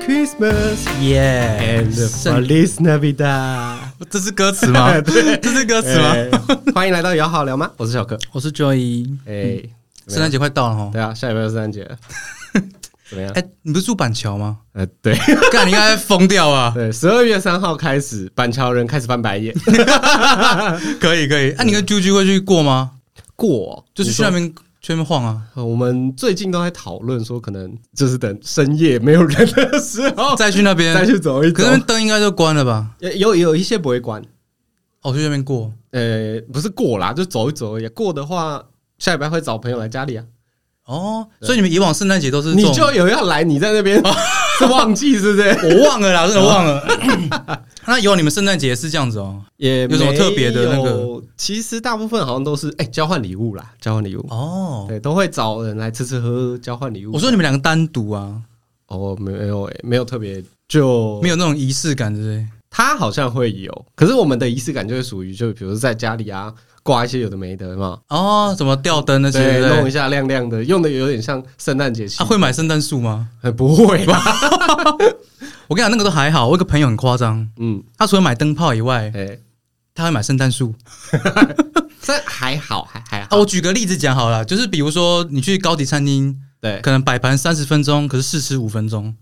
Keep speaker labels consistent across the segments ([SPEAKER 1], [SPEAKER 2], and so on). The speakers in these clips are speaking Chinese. [SPEAKER 1] Christmas
[SPEAKER 2] 耶
[SPEAKER 1] and
[SPEAKER 2] 圣
[SPEAKER 1] Feliz Navidad。
[SPEAKER 2] 这是歌词吗？这是歌词
[SPEAKER 1] 哎
[SPEAKER 2] 吗？
[SPEAKER 1] 欢迎来到友好聊吗？我是小柯。
[SPEAKER 2] 我是 Joy，
[SPEAKER 1] 哎，
[SPEAKER 2] 圣诞节快到了哦。
[SPEAKER 1] 对啊，下礼拜就圣 诞节了，怎么样？
[SPEAKER 2] 哎、你不是住板 桥吗？
[SPEAKER 1] 呃，对
[SPEAKER 2] 干，你应该疯掉啊！
[SPEAKER 1] 对，十二月三号开始，板桥人开始翻白眼。
[SPEAKER 2] 可以可以，啊那、你跟啾啾会去过吗？
[SPEAKER 1] 过哦
[SPEAKER 2] 就是去那边去那边晃啊，
[SPEAKER 1] 呃我们最近都在讨论说，可能就是等深夜没有人的时 候
[SPEAKER 2] 再去那边，
[SPEAKER 1] 哦再去走一走
[SPEAKER 2] 可是那。边灯应该就关了吧？
[SPEAKER 1] 有有有一些不会关，
[SPEAKER 2] 哦，去那边过，
[SPEAKER 1] 呃，不是过啦，就走一走而已。过的话，下礼拜会找朋友来家里啊。
[SPEAKER 2] 哦，所以你们以往圣诞节都是这
[SPEAKER 1] 你
[SPEAKER 2] 种
[SPEAKER 1] 就有要来，你在那 边是忘记是不是？
[SPEAKER 2] 我忘了啦，真
[SPEAKER 1] 哦
[SPEAKER 2] 的忘了。 那以往你们圣诞节是这样子哦，
[SPEAKER 1] 也
[SPEAKER 2] 有什么特别的那个
[SPEAKER 1] 没有？其实大部分好像都是哎、交换礼物啦，交换礼物，
[SPEAKER 2] 哦，
[SPEAKER 1] 对，都会找人来吃吃喝喝，交换礼物。
[SPEAKER 2] 我说你们两个单独啊，
[SPEAKER 1] 哦，没有哎、没有特别，就
[SPEAKER 2] 没有那种仪式感，对不对？
[SPEAKER 1] 他好像会有，可是我们的仪式感就会属于，就比如说在家里啊挂一些有的没的嘛，
[SPEAKER 2] 哦，什么吊灯那些，
[SPEAKER 1] 对，
[SPEAKER 2] 对
[SPEAKER 1] 弄
[SPEAKER 2] 不
[SPEAKER 1] 一
[SPEAKER 2] 对？
[SPEAKER 1] 下亮亮的，用的有点像圣诞节气
[SPEAKER 2] 他、啊会买圣诞树吗？
[SPEAKER 1] 呃不会 吧？
[SPEAKER 2] 我跟你讲，那个都还好。我有个朋友很夸张，
[SPEAKER 1] 嗯，
[SPEAKER 2] 他除了买灯泡以外，
[SPEAKER 1] 哎、
[SPEAKER 2] 他会买圣诞树。
[SPEAKER 1] 这还好，还还好，
[SPEAKER 2] 啊，我举个例子讲好了，就是比如说你去高级餐厅，
[SPEAKER 1] 对，
[SPEAKER 2] 可能摆盘三十分钟，可是试吃五分钟。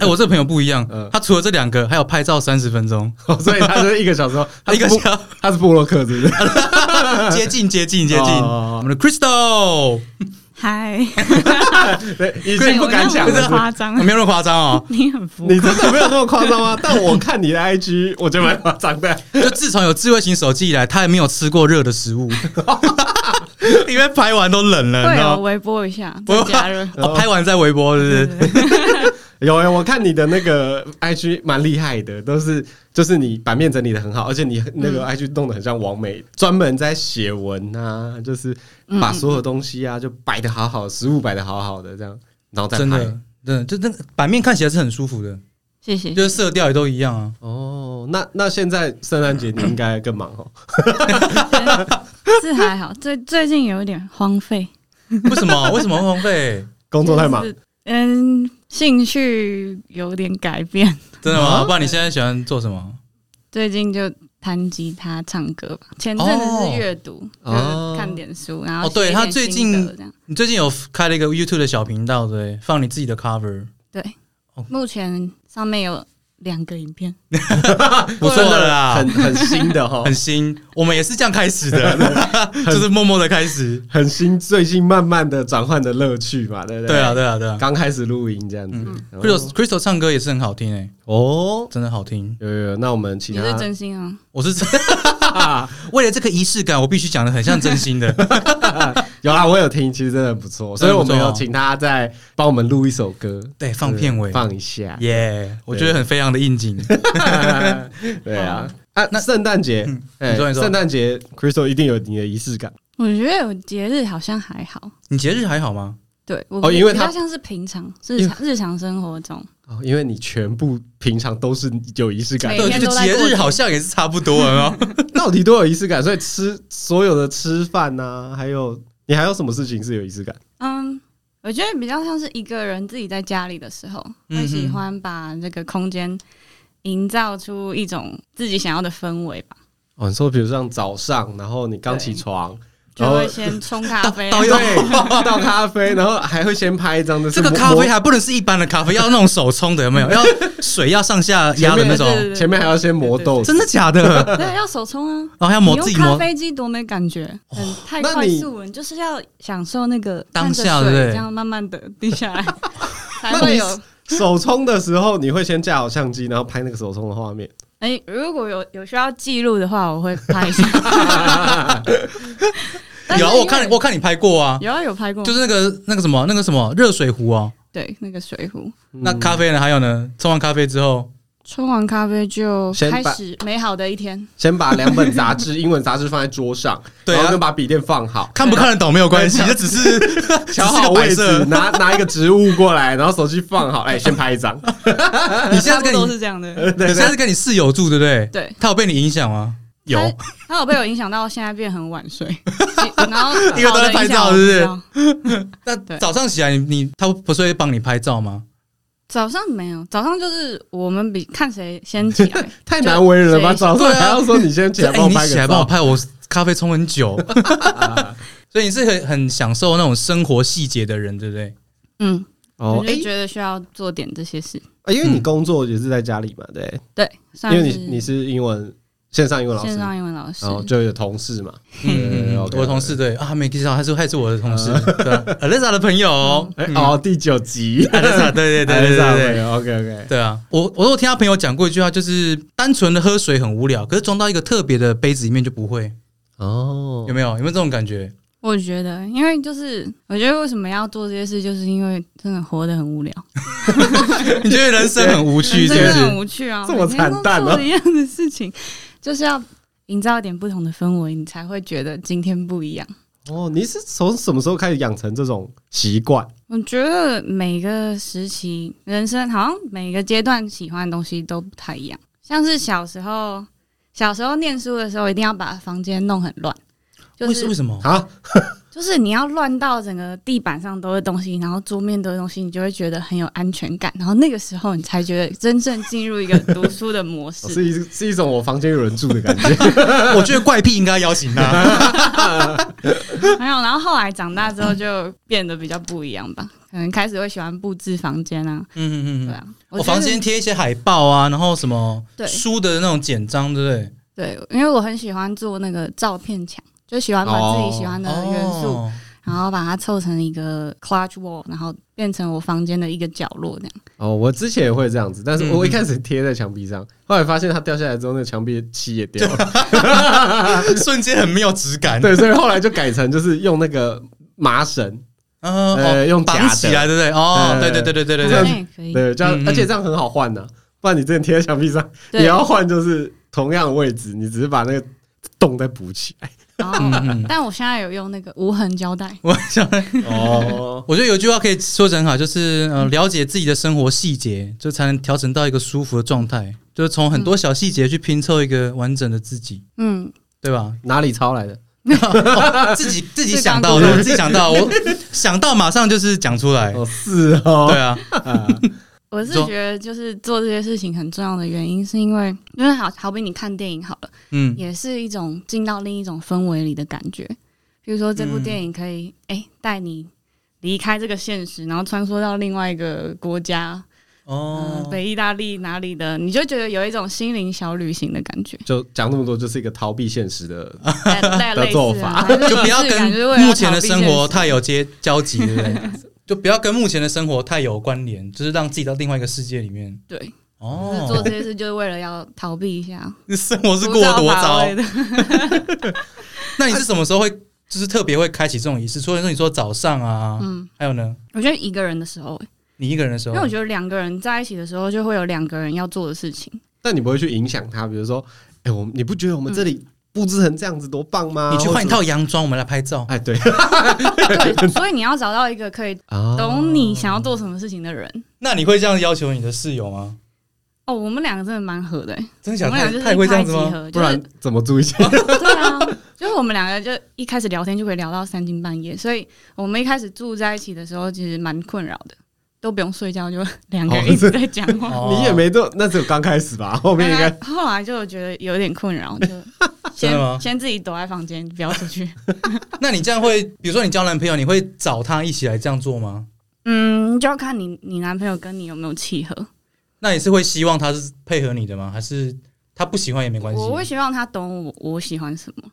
[SPEAKER 2] 哎、我这个朋友不一样
[SPEAKER 1] 嗯，
[SPEAKER 2] 他除了这两个，还有拍照三十分钟，
[SPEAKER 1] 所以他就是一个小时后，他
[SPEAKER 2] 一
[SPEAKER 1] 是
[SPEAKER 2] 个
[SPEAKER 1] 布
[SPEAKER 2] 小
[SPEAKER 1] 他是布洛克，是不是？
[SPEAKER 2] 接近接近接近。我
[SPEAKER 1] 哦
[SPEAKER 2] 们的 Crystal，
[SPEAKER 3] 嗨，
[SPEAKER 1] 对，已经不敢讲
[SPEAKER 3] 我那么
[SPEAKER 1] 了，
[SPEAKER 3] 夸张，
[SPEAKER 2] 没有那么夸张哦。
[SPEAKER 3] 你很浮夸
[SPEAKER 1] 你真的没有那么夸张吗？ 但我看你的 IG，我觉得蛮夸张的。
[SPEAKER 2] 就自从有智慧型手机以来，他也没有吃过热的食 物，因为拍完都冷了，你
[SPEAKER 3] 会
[SPEAKER 2] 知道
[SPEAKER 1] 哦
[SPEAKER 3] 有
[SPEAKER 2] 吗？
[SPEAKER 3] 微波一下，再加热。
[SPEAKER 1] 啊
[SPEAKER 2] 哦，拍完再微波，是不
[SPEAKER 3] 对
[SPEAKER 2] 是？
[SPEAKER 3] 对对
[SPEAKER 1] 有哎、我看你的那个 IG 蛮厉害的，都是就是你版面整理的很好，而且你那
[SPEAKER 3] 嗯
[SPEAKER 1] 个 IG 弄得很像王美，专门在写文啊，就是
[SPEAKER 3] 嗯
[SPEAKER 1] 把所有东西啊就摆的好好，食物摆的好好的这样，然后再
[SPEAKER 2] 真
[SPEAKER 1] 拍。
[SPEAKER 2] 的，真的，就那个版面看起来是很舒服的，
[SPEAKER 3] 谢谢。
[SPEAKER 2] 就是色调也都一样啊。
[SPEAKER 1] 哦，那那现在圣诞节你应该更忙哦。
[SPEAKER 3] 是还好，最最近有一点荒废，
[SPEAKER 2] 为什么？为什么会荒废？
[SPEAKER 1] 工作太忙
[SPEAKER 3] 就，是。嗯，兴趣有点改变，
[SPEAKER 2] 真的吗？
[SPEAKER 1] 啊
[SPEAKER 2] 不然你现在喜欢做什么？
[SPEAKER 3] 最近就弹吉他、唱歌吧。前阵子是阅读，
[SPEAKER 1] 哦
[SPEAKER 3] 就是看点书，然
[SPEAKER 2] 哦
[SPEAKER 3] 后
[SPEAKER 2] 对
[SPEAKER 3] 写一
[SPEAKER 2] 他
[SPEAKER 3] 点
[SPEAKER 2] 最
[SPEAKER 3] 心
[SPEAKER 2] 近
[SPEAKER 3] 得这样。
[SPEAKER 2] 你最近有开了一个 YouTube 的小频道，对不对，放你自己的 cover，
[SPEAKER 3] 对
[SPEAKER 2] 哦，
[SPEAKER 3] 目前上面有两个影片，
[SPEAKER 2] 不错的啦
[SPEAKER 1] 很，很新的哦哈，
[SPEAKER 2] 很新。我们也是这样开始的， 就是默默的开始。
[SPEAKER 1] 很新，最近慢慢的转换的乐趣嘛，对不对？
[SPEAKER 2] 对啊，对啊，对啊。
[SPEAKER 1] 刚开始录音这样子。
[SPEAKER 2] 嗯
[SPEAKER 1] 然后
[SPEAKER 2] Crystal Crystal 唱歌也是很好听诶，
[SPEAKER 1] 哦，
[SPEAKER 2] 真的好听。
[SPEAKER 1] 有有有，那我们其
[SPEAKER 3] 你
[SPEAKER 1] 他
[SPEAKER 3] 是真心啊？
[SPEAKER 2] 我是 为了这个仪式感，我必须讲的很像真心的。
[SPEAKER 1] 有啦，我有听，其实真的不错，所
[SPEAKER 2] 真
[SPEAKER 1] 以
[SPEAKER 2] 的
[SPEAKER 1] 我
[SPEAKER 2] 不错
[SPEAKER 1] 们有请他再帮我们录一首歌，
[SPEAKER 2] 对，放片尾，
[SPEAKER 1] 放一 下。
[SPEAKER 2] 耶，我觉得很非常的应景。
[SPEAKER 1] 对啊，啊，那圣诞节，哎
[SPEAKER 2] 嗯你说你说
[SPEAKER 1] 圣诞节，Crystal 一定有你的仪式感
[SPEAKER 3] 我觉得有节日好像还好，
[SPEAKER 2] 你节日还好吗？
[SPEAKER 3] 对，我
[SPEAKER 1] 哦因为
[SPEAKER 3] 比
[SPEAKER 1] 他
[SPEAKER 3] 较像是平常日常日常生活中，
[SPEAKER 1] 哦，因为你全部平常都是有仪式感
[SPEAKER 3] 每
[SPEAKER 1] 的，
[SPEAKER 2] 对，
[SPEAKER 3] 天
[SPEAKER 2] 就
[SPEAKER 3] 都在
[SPEAKER 2] 节
[SPEAKER 3] 过
[SPEAKER 2] 日
[SPEAKER 3] 节
[SPEAKER 2] 好像也是差不多了。
[SPEAKER 1] 到底都有仪式感，所以吃所有的吃饭呐，还有你还有什么事情是有仪式感？
[SPEAKER 3] 嗯，我觉得比较像是一个人自己在家里的时候，
[SPEAKER 2] 嗯
[SPEAKER 3] 会喜欢把这个空间营造出一种自己想要的氛围吧，
[SPEAKER 1] 哦，你说比如像早上，然后你刚起床，
[SPEAKER 3] 就
[SPEAKER 1] 然
[SPEAKER 2] 哦
[SPEAKER 1] 后
[SPEAKER 3] 会先冲 咖啡，
[SPEAKER 2] 到到
[SPEAKER 1] 对，倒咖啡，然后还会先拍一张，
[SPEAKER 2] 这个
[SPEAKER 1] 是
[SPEAKER 2] 咖
[SPEAKER 1] 模
[SPEAKER 2] 啡还不能是一般的咖啡，要那种手冲的，有 没有？要水要上下压 的那种
[SPEAKER 3] 前面。对对对
[SPEAKER 1] 前面还要先磨豆子
[SPEAKER 2] 真的 假的？
[SPEAKER 3] 对，要手冲 啊。
[SPEAKER 2] 然后还要
[SPEAKER 3] 你
[SPEAKER 2] 磨
[SPEAKER 3] 用
[SPEAKER 2] 自己
[SPEAKER 3] 咖
[SPEAKER 2] 磨，
[SPEAKER 3] 啡机多没感觉，很 太
[SPEAKER 1] 那
[SPEAKER 3] 快
[SPEAKER 1] 你
[SPEAKER 3] 速了，你就是要享受那个
[SPEAKER 2] 当
[SPEAKER 3] 看着
[SPEAKER 2] 下
[SPEAKER 3] 水
[SPEAKER 2] 对不对
[SPEAKER 3] 这样慢慢的滴下来，才
[SPEAKER 1] 那
[SPEAKER 3] 会
[SPEAKER 1] 你
[SPEAKER 3] 有
[SPEAKER 1] 手冲的时候，你会先架好相机，然后拍那个手冲的画面。
[SPEAKER 3] 哎、如果有有需要记录的话，我会拍一下。 但是
[SPEAKER 2] 有啊，
[SPEAKER 3] 因为
[SPEAKER 2] 我看我看你拍过啊，
[SPEAKER 3] 有啊有拍过，
[SPEAKER 2] 就是那个那个什么那个什么热水壶哦。
[SPEAKER 3] 对那个水壶，
[SPEAKER 1] 嗯
[SPEAKER 2] 那咖啡呢？还有呢？冲完咖啡之后，
[SPEAKER 3] 冲完咖啡就
[SPEAKER 1] 先
[SPEAKER 3] 开
[SPEAKER 1] 把
[SPEAKER 3] 始美好的一天。
[SPEAKER 1] 先把两本杂志、英文杂志放在桌上，
[SPEAKER 2] 对啊
[SPEAKER 1] 然后就把笔电放好，
[SPEAKER 2] 看不看得懂没有关系， 这只是只是
[SPEAKER 1] 调好
[SPEAKER 2] 个摆
[SPEAKER 1] 位置
[SPEAKER 2] 设，。
[SPEAKER 1] 拿拿一个植物过来，然后手机放 好，哎，先拍一张。
[SPEAKER 2] 你现在是
[SPEAKER 3] 差不
[SPEAKER 2] 跟
[SPEAKER 3] 多
[SPEAKER 2] 你
[SPEAKER 3] 是这样
[SPEAKER 1] 呃
[SPEAKER 3] 的。
[SPEAKER 2] 你现在是跟你室友住对不对？
[SPEAKER 3] 对，
[SPEAKER 2] 他有被你影响吗？有，
[SPEAKER 3] 他有被我影响到，现在变很晚睡，然后
[SPEAKER 2] 因为都在拍照是不是
[SPEAKER 3] 好的影响我知道
[SPEAKER 2] 那
[SPEAKER 3] 对
[SPEAKER 2] 早上起来你你他不是会帮你拍照吗？
[SPEAKER 3] 早上没有，早上就是我们比看谁先起来，
[SPEAKER 1] 太难为人了吧？
[SPEAKER 3] 就谁
[SPEAKER 1] 早上还要说你先起来
[SPEAKER 2] 哎
[SPEAKER 1] 帮我
[SPEAKER 2] 啊你
[SPEAKER 1] 拍
[SPEAKER 2] 起来
[SPEAKER 1] 个
[SPEAKER 2] 帮我
[SPEAKER 1] 照，啊
[SPEAKER 2] 拍，我咖啡冲很久， 所以你是很很享受那种生活细节的人，对不对？
[SPEAKER 3] 嗯，
[SPEAKER 1] 哦
[SPEAKER 3] 我，就
[SPEAKER 1] 哎、
[SPEAKER 3] 觉得需要做点这些事。
[SPEAKER 1] 啊因为
[SPEAKER 2] 嗯
[SPEAKER 1] 你工作也是在家里嘛，对，
[SPEAKER 3] 对，算
[SPEAKER 1] 因为
[SPEAKER 3] 是
[SPEAKER 1] 你你是英文线上英文老师
[SPEAKER 3] 线，上英文老师
[SPEAKER 1] 然，后哦就有同事嘛，
[SPEAKER 2] 嗯，嗯嗯我
[SPEAKER 1] OK，
[SPEAKER 2] 的同事对啊，没介绍，他是他也是我的同事，对啊，Alisa 的朋友哦
[SPEAKER 1] 哎、哦，第九集，
[SPEAKER 2] ，Alisa，对对对对对对。
[SPEAKER 1] ，OK OK，
[SPEAKER 2] 对啊，我我有听他朋友讲过一句话，就是单纯的喝水很无聊，可是装到一个特别的杯子里面就不会，
[SPEAKER 1] 哦
[SPEAKER 2] 有，没有？有没有这种感觉？
[SPEAKER 3] 我觉得，因为就是我觉得为什么要做这些事，就是因为真的活得很无聊，
[SPEAKER 2] 你觉得人生很无趣，是
[SPEAKER 3] 真
[SPEAKER 2] 不
[SPEAKER 3] 的
[SPEAKER 2] 是？
[SPEAKER 3] 很无趣啊，
[SPEAKER 1] 这么
[SPEAKER 3] 每天都
[SPEAKER 1] 惨淡啊
[SPEAKER 3] 做一样的事情，就是要营造一点不同的氛围，你才会觉得今天不一样。
[SPEAKER 1] 哦，你是从什么时候开始养成这种习惯？
[SPEAKER 3] 我觉得每个时期人生好像每个阶段喜欢的东西都不太一样，像是小时候，小时候念书的时候一定要把房间弄很乱，就
[SPEAKER 2] 为什为
[SPEAKER 3] 是
[SPEAKER 2] 什么？
[SPEAKER 1] 啊，
[SPEAKER 3] 就是你要乱到整个地板上都是东西，然后桌面都是东西，你就会觉得很有安全感，然后那个时候你才觉得真正进入一个读书的 模式。
[SPEAKER 1] 是一是一种我房间有人住的感 觉。
[SPEAKER 2] 我觉得怪癖应该邀请他。
[SPEAKER 3] 没有，然后后来长大之后就变得比较不一样吧，可能开始会喜欢布置房间啊，
[SPEAKER 2] 嗯嗯嗯嗯
[SPEAKER 3] 对啊。，
[SPEAKER 2] 我
[SPEAKER 3] 觉得
[SPEAKER 2] 房间贴一些海报啊，然后什么
[SPEAKER 3] 对
[SPEAKER 2] 书的那种简章，对不对？
[SPEAKER 3] 对，因为我很喜欢做那个照片墙，就喜欢把自己喜欢的元素，
[SPEAKER 2] 哦
[SPEAKER 3] 然后把它凑成一个 clutch wall，然后变成我房间的一个角落这样。
[SPEAKER 1] 哦，我之前也会这样子，但是
[SPEAKER 2] 嗯
[SPEAKER 1] 我一开始贴在墙壁上，后来发现它掉下来之后，那墙壁的漆也掉了。
[SPEAKER 2] 瞬间很没有质感。
[SPEAKER 1] 对，所以后来就改成就是用那个麻绳，
[SPEAKER 2] 嗯，
[SPEAKER 1] 呃
[SPEAKER 2] 哦
[SPEAKER 1] 用夹的
[SPEAKER 2] 绑起来，对不对？哦，对
[SPEAKER 1] 对
[SPEAKER 2] 对对对对对
[SPEAKER 3] 好
[SPEAKER 2] 对
[SPEAKER 3] 像
[SPEAKER 1] 对。
[SPEAKER 3] 也可以。
[SPEAKER 1] 对，这样
[SPEAKER 2] 嗯嗯
[SPEAKER 1] 而且这样很好换的，不然你之前贴在墙壁上，
[SPEAKER 3] 对
[SPEAKER 1] 你要换就是同样的位置，你只是把那个洞再补起来。
[SPEAKER 3] 然
[SPEAKER 2] 嗯
[SPEAKER 3] 后，但我现在有用那个无痕胶带。
[SPEAKER 2] 我想，
[SPEAKER 1] 哦，
[SPEAKER 2] 我觉得有一句话可以说得很好，就是呃，了解自己的生活细节，就才能调整到一个舒服的状态，就是从很多小细节去拼凑一个完整的自己，
[SPEAKER 3] 嗯，
[SPEAKER 2] 对吧？
[SPEAKER 1] 哪里抄来的？
[SPEAKER 2] 哦自己自己想到的，自己想到，我 想到马上就是讲出来，
[SPEAKER 1] 哦，是
[SPEAKER 2] 对
[SPEAKER 1] 哦，
[SPEAKER 2] 啊，
[SPEAKER 1] 啊，
[SPEAKER 3] 我是
[SPEAKER 2] 你说
[SPEAKER 3] 觉得就是做这些事情很重要的原因，是因为因为好好比你看电影好了，
[SPEAKER 2] 嗯，
[SPEAKER 3] 也是一种进到另一种氛围里的感觉。比如说这部
[SPEAKER 2] 嗯
[SPEAKER 3] 电影可以哎带、你离开这个现实，然后穿梭到另外一个国家，
[SPEAKER 2] 哦
[SPEAKER 3] 嗯，，北意大利哪里的，你就觉得有一种心灵小旅行 的感觉
[SPEAKER 1] 就讲那么多，就是一个逃避现实的。
[SPEAKER 3] 哎类类
[SPEAKER 1] 做
[SPEAKER 3] 似
[SPEAKER 1] 法
[SPEAKER 3] 啊，就
[SPEAKER 2] 就不要
[SPEAKER 3] 是感
[SPEAKER 2] 跟
[SPEAKER 3] 觉是为了
[SPEAKER 2] 目前的
[SPEAKER 3] 逃避现
[SPEAKER 2] 生活
[SPEAKER 3] 实
[SPEAKER 2] 太有接交集，对不 对？就不要跟目前的生活太有关联，就是让自己到另外一个世界里面。
[SPEAKER 3] 对，就是做
[SPEAKER 2] 哦，
[SPEAKER 3] 这些事就是为了要逃避一 下，
[SPEAKER 2] 你生活是过得多
[SPEAKER 3] 枯燥乏
[SPEAKER 2] 糟
[SPEAKER 3] 味？的。
[SPEAKER 2] 那你是什么时候会，就是特别会开启这种仪式？除了说你说早上啊，
[SPEAKER 3] 嗯，
[SPEAKER 2] 还有呢，
[SPEAKER 3] 我觉得一个人的时候，欸
[SPEAKER 2] 你一个人的时
[SPEAKER 3] 因
[SPEAKER 2] 候
[SPEAKER 3] 为，我觉得两个人在一起的时候，就会有两个人要做的事情。
[SPEAKER 1] 但你不会去影响他，比如说，哎、我们你不觉得我们这里布置成这样子多棒吗？
[SPEAKER 2] 嗯你去换一
[SPEAKER 1] 或
[SPEAKER 2] 套洋装，我们来拍照。
[SPEAKER 1] 者，哎，对，
[SPEAKER 3] 对，所以你要找到一个可以
[SPEAKER 1] 啊
[SPEAKER 3] 懂你想要做什么事情的人。
[SPEAKER 2] 那你会这样要求你的室友吗？
[SPEAKER 3] 哦，我们两个真的蛮合的、欸，
[SPEAKER 2] 真的假的？
[SPEAKER 3] 我们俩
[SPEAKER 2] 太
[SPEAKER 3] 就是
[SPEAKER 2] 太会
[SPEAKER 3] 一
[SPEAKER 2] 这
[SPEAKER 3] 拍
[SPEAKER 2] 样
[SPEAKER 3] 即
[SPEAKER 2] 子吗？
[SPEAKER 3] 合，
[SPEAKER 1] 不
[SPEAKER 3] 就是
[SPEAKER 1] 然怎么住一下？
[SPEAKER 3] 对啊，就是我们两个就一开始聊天就可以聊到三更半夜，所以我们一开始住在一起的时候，其实蛮困扰的，都不用睡觉，就两个人一直在讲话。
[SPEAKER 2] 哦
[SPEAKER 1] 你也没做，那只有刚开始 吧，后面应
[SPEAKER 2] 啊
[SPEAKER 1] 该
[SPEAKER 3] 后来后来就有觉得有点困扰，就
[SPEAKER 2] 真的吗
[SPEAKER 3] 先先自己躲在房间，不要 出去。
[SPEAKER 2] 那你这样会，比如说你交男朋友，你会找他一起来这样做吗？
[SPEAKER 3] 嗯，就要看你你男朋友跟你有没有契合。
[SPEAKER 2] 那你是会希望他是配合你的吗？还是他不喜欢也没关系？
[SPEAKER 3] 我会希望他懂我我喜欢什么，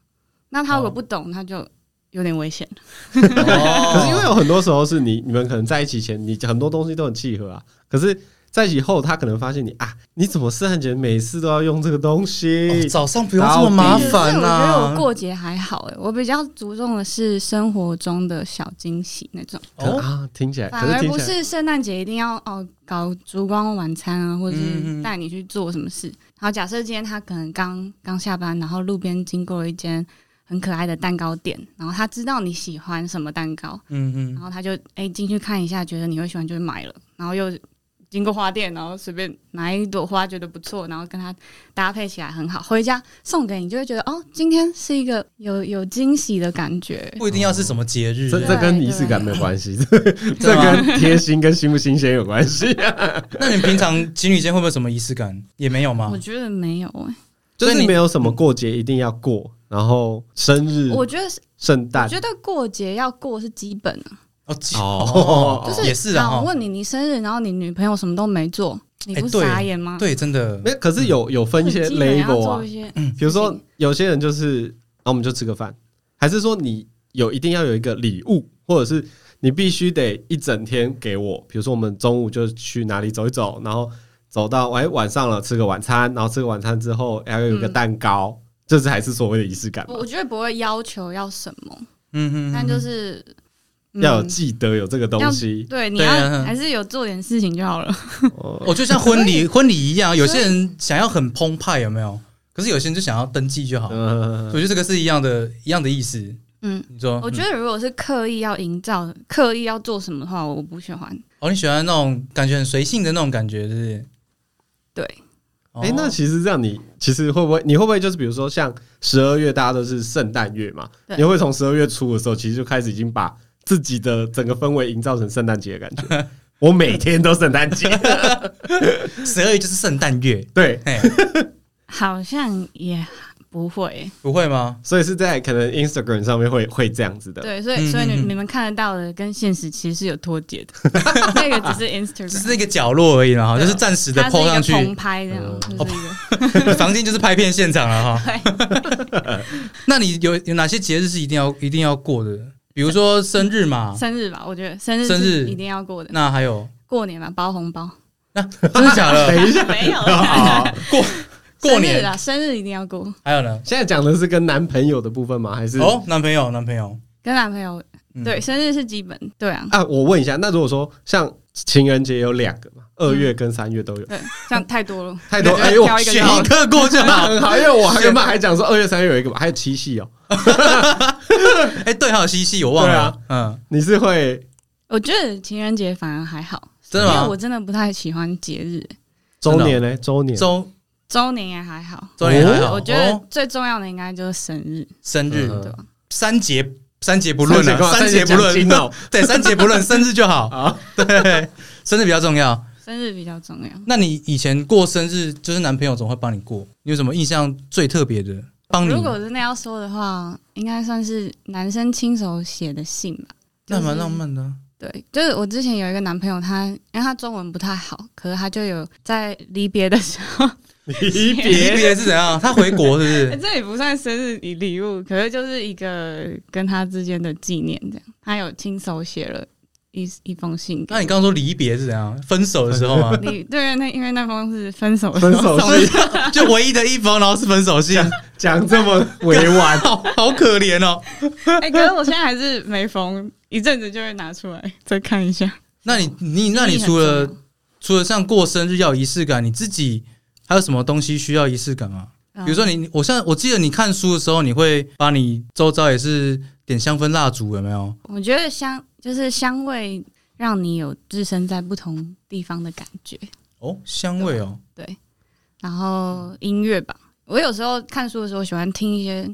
[SPEAKER 3] 那他如果
[SPEAKER 2] 哦
[SPEAKER 3] 不懂，他就有点危险。
[SPEAKER 1] 可是因为
[SPEAKER 2] 哦，
[SPEAKER 1] 有很多时候是你你们可能在一起前，你很多东西都很契合啊，可是。在一起后，他可能发现你啊，你怎么圣诞节每次都要用这个东西？
[SPEAKER 2] 早上不用这么麻烦啊
[SPEAKER 3] 可是我觉得我
[SPEAKER 2] 呐、
[SPEAKER 3] 过节还好、欸，我比较注重的是生活中的小惊喜那种。
[SPEAKER 1] 可
[SPEAKER 2] 哦，
[SPEAKER 1] 啊，听起来，
[SPEAKER 3] 反
[SPEAKER 1] 可是
[SPEAKER 3] 而
[SPEAKER 1] 听
[SPEAKER 3] 不
[SPEAKER 1] 起来，
[SPEAKER 3] 是圣诞节一定要哦搞烛光晚餐啊，或者
[SPEAKER 2] 嗯嗯
[SPEAKER 3] 是
[SPEAKER 2] 嗯
[SPEAKER 3] 带你去做什么事。然后假设今天他可能刚刚下班，然后路边经过了一间很可爱的蛋糕店，然后他知道你喜欢什么蛋糕，
[SPEAKER 2] 嗯
[SPEAKER 3] 然
[SPEAKER 2] 嗯，
[SPEAKER 3] 后他就哎进、去看一下，觉得你会喜欢就买了，然后又经过花店，然后随便拿一朵花觉得不错，然后跟它搭配起来很好，回家送给你就会觉得哦，今天是一个有有惊喜的感觉。
[SPEAKER 2] 不一定要是什么节日
[SPEAKER 1] 这
[SPEAKER 2] 这
[SPEAKER 1] 这
[SPEAKER 2] 样。
[SPEAKER 1] 跟仪式感没有关系，这
[SPEAKER 2] 对
[SPEAKER 1] 这
[SPEAKER 2] 吗
[SPEAKER 1] 跟贴心跟新不新鲜有关系、
[SPEAKER 2] 那你们平常情侣间会不会有什么仪式感？也没有吗
[SPEAKER 3] 我？觉得没有哎、
[SPEAKER 1] 就
[SPEAKER 2] 所以
[SPEAKER 1] 是
[SPEAKER 2] 你
[SPEAKER 1] 没有什么过节一定要过，然后生日、
[SPEAKER 3] 我觉得是
[SPEAKER 1] 圣
[SPEAKER 3] 我
[SPEAKER 1] 诞
[SPEAKER 3] 觉得过节要过是基本啊，
[SPEAKER 2] 哦其
[SPEAKER 1] 哦
[SPEAKER 2] 哦
[SPEAKER 3] 就是
[SPEAKER 2] 也是啊
[SPEAKER 3] 好我
[SPEAKER 2] 哈。
[SPEAKER 3] 问你，你生日，然后你女朋友什么都没做，你
[SPEAKER 2] 哎
[SPEAKER 3] 不
[SPEAKER 2] 对
[SPEAKER 3] 傻眼吗？
[SPEAKER 2] 对，真的
[SPEAKER 1] 没有，可是
[SPEAKER 3] 嗯
[SPEAKER 1] 有有分一些
[SPEAKER 3] 很基本要
[SPEAKER 1] label 啊
[SPEAKER 3] 做一，些，
[SPEAKER 1] 比如说有些人就是，然后我们就吃个饭，还是说你有一定要有一个礼物，或者是你必须得一整天给我，比如说我们中午就去哪里走一走，然后走到哎晚上了吃个晚餐，然后吃个晚餐之后还要有一个
[SPEAKER 3] 嗯
[SPEAKER 1] 蛋糕，这是还是所谓的仪式感嘛
[SPEAKER 3] 我，我觉得不会要求要什么，
[SPEAKER 2] 嗯嗯嗯，
[SPEAKER 3] 但就是、嗯
[SPEAKER 1] 要有记得有这个东
[SPEAKER 3] 要
[SPEAKER 1] 西，
[SPEAKER 3] 对，你
[SPEAKER 2] 对
[SPEAKER 3] 要、
[SPEAKER 2] 啊
[SPEAKER 3] 还是有做点事情就好了。
[SPEAKER 1] 哦
[SPEAKER 2] 我就像婚礼婚礼一样，有些人想要很澎湃，有没有？可是有些人就想要登记就好。
[SPEAKER 1] 嗯
[SPEAKER 2] 我觉得这个是一样的，一样的意思。
[SPEAKER 3] 嗯，
[SPEAKER 2] 你说，
[SPEAKER 3] 我觉
[SPEAKER 2] 嗯
[SPEAKER 3] 得如果是刻意要营造、刻意要做什么的话，我不喜欢。
[SPEAKER 2] 哦，你喜欢那种感觉很随性的那种感觉，是不是？
[SPEAKER 3] 对，
[SPEAKER 2] 哦
[SPEAKER 1] 哎、那其实这样你，其实会不会，你会不会就是比如说像十二月大家都是圣诞月嘛，你
[SPEAKER 3] 对
[SPEAKER 1] 会不会从十二月初的时候，其实就开始已经把自己的整个氛围营造成圣诞节的感觉。我每天都圣诞节，
[SPEAKER 2] 十二月就是圣诞月，
[SPEAKER 1] 对，
[SPEAKER 2] 嘿，
[SPEAKER 3] 好像也不会、
[SPEAKER 2] 不会吗？
[SPEAKER 1] 所以是在可能 Instagram 上面会会这样子的。
[SPEAKER 3] 对，所以所以你
[SPEAKER 2] 嗯嗯嗯
[SPEAKER 3] 你们看得到的跟现实其实是有脱 节的，那个只是
[SPEAKER 2] 只
[SPEAKER 3] Instagram，
[SPEAKER 2] 是一个角落而已嘛，哈，就
[SPEAKER 3] 对啊
[SPEAKER 2] 是暂时的
[SPEAKER 3] 它是
[SPEAKER 2] PO 上
[SPEAKER 3] 一个
[SPEAKER 2] 去哦
[SPEAKER 3] 棚，拍这样，
[SPEAKER 1] 嗯
[SPEAKER 3] 就是一个
[SPEAKER 2] 房间就是拍片现场了 哈。 那你有有哪些节日是一定要一定要过的？比如说生日嘛，
[SPEAKER 3] 生日吧，我觉得生日
[SPEAKER 2] 生日
[SPEAKER 3] 是一定要过的，
[SPEAKER 2] 那还有
[SPEAKER 3] 过年吧，包 红包，
[SPEAKER 2] 真的假 的？
[SPEAKER 1] 啊等一下，
[SPEAKER 3] 没 有
[SPEAKER 1] 啊，
[SPEAKER 2] 哎过过
[SPEAKER 3] 生日
[SPEAKER 2] 年
[SPEAKER 3] 啦，生日一定要过，
[SPEAKER 2] 还有呢？
[SPEAKER 1] 现在讲的是跟男朋友的部分吗？还是、
[SPEAKER 2] 哦，男朋友男朋友，
[SPEAKER 3] 跟男朋友
[SPEAKER 2] 嗯
[SPEAKER 3] 对，生日是基本，对啊，
[SPEAKER 1] 啊？我问一下，那如果说像情人节有两个嘛，二月跟三月都有，
[SPEAKER 3] 对，这样太 多了，
[SPEAKER 1] 太多，
[SPEAKER 3] 那
[SPEAKER 1] 哎呦，
[SPEAKER 3] 嗯挑一个
[SPEAKER 1] 选
[SPEAKER 2] 选一个过就
[SPEAKER 1] 那
[SPEAKER 2] 好。
[SPEAKER 1] 很 好，因为我原本还讲说二月、三月有一个嘛，还有七夕哦。
[SPEAKER 2] 哎，对，还有西西，我忘了，嗯，
[SPEAKER 1] 你是会
[SPEAKER 3] 我觉得情人节反而还好，
[SPEAKER 2] 真的
[SPEAKER 3] 因为
[SPEAKER 2] 吗
[SPEAKER 3] 我？真的不太喜欢节日，
[SPEAKER 1] 周
[SPEAKER 2] 真的哦
[SPEAKER 1] 年呢？周年
[SPEAKER 2] 周
[SPEAKER 3] 周年也还好，
[SPEAKER 2] 周年还好，
[SPEAKER 3] 我觉得
[SPEAKER 2] 哦
[SPEAKER 3] 最重要的应该就是生日，
[SPEAKER 2] 生日
[SPEAKER 1] 嗯
[SPEAKER 3] 对吧？
[SPEAKER 2] 三节三节不论
[SPEAKER 1] 三节干
[SPEAKER 2] 了，
[SPEAKER 1] 嘛
[SPEAKER 2] 三节
[SPEAKER 1] 三
[SPEAKER 2] 不
[SPEAKER 1] 节
[SPEAKER 2] 论
[SPEAKER 1] 讲清哦，
[SPEAKER 2] 对，三节不论，生日就好，
[SPEAKER 1] 啊，
[SPEAKER 2] 对，生日比较重要。
[SPEAKER 3] 生日比较重要。
[SPEAKER 2] 那你以前过生日，就是男朋友总会帮你过，你有什么印象最特别的？帮你
[SPEAKER 3] 如果真的要说的话，应该算是男生亲手写的信吧。
[SPEAKER 2] 那蛮浪漫的啊，
[SPEAKER 3] 对，就是我之前有一个男朋友他，因为他中文不太好，可是他就有在离别的时 候， 哎
[SPEAKER 1] 离
[SPEAKER 2] 离
[SPEAKER 1] 别
[SPEAKER 2] 别是怎样？他回国是不是？
[SPEAKER 3] 这也不算生日礼礼物，可是就是一个跟他之间的纪念，这样。他有亲手写了一一封信给我。？
[SPEAKER 2] 那你刚刚说离别是怎样？分手的时候吗
[SPEAKER 3] 你对那因为那封是分手的
[SPEAKER 1] 分手
[SPEAKER 3] 送的
[SPEAKER 1] 是
[SPEAKER 2] 就唯一的一封，然后是分手信，
[SPEAKER 1] 讲这么委婉，
[SPEAKER 2] 好好可怜哦。
[SPEAKER 3] 哎、可是我现在还是每逢一阵子就会拿出来再看一下。
[SPEAKER 2] 那你你那你除
[SPEAKER 3] 心意很
[SPEAKER 2] 了
[SPEAKER 3] 重
[SPEAKER 2] 除了像过生日要有仪式感，你自己还有什么东西需要仪式感吗？
[SPEAKER 3] 要，
[SPEAKER 2] 比如说你，你我现在我记得你看书的时候，你会把你周遭也是点香氛蜡烛，有没有？
[SPEAKER 3] 嗯我觉得香就是香味，让你有置身在不同地方的感觉。
[SPEAKER 2] 哦，香味哦，
[SPEAKER 3] 对，然后音乐吧，我有时候看书的时候喜欢听一些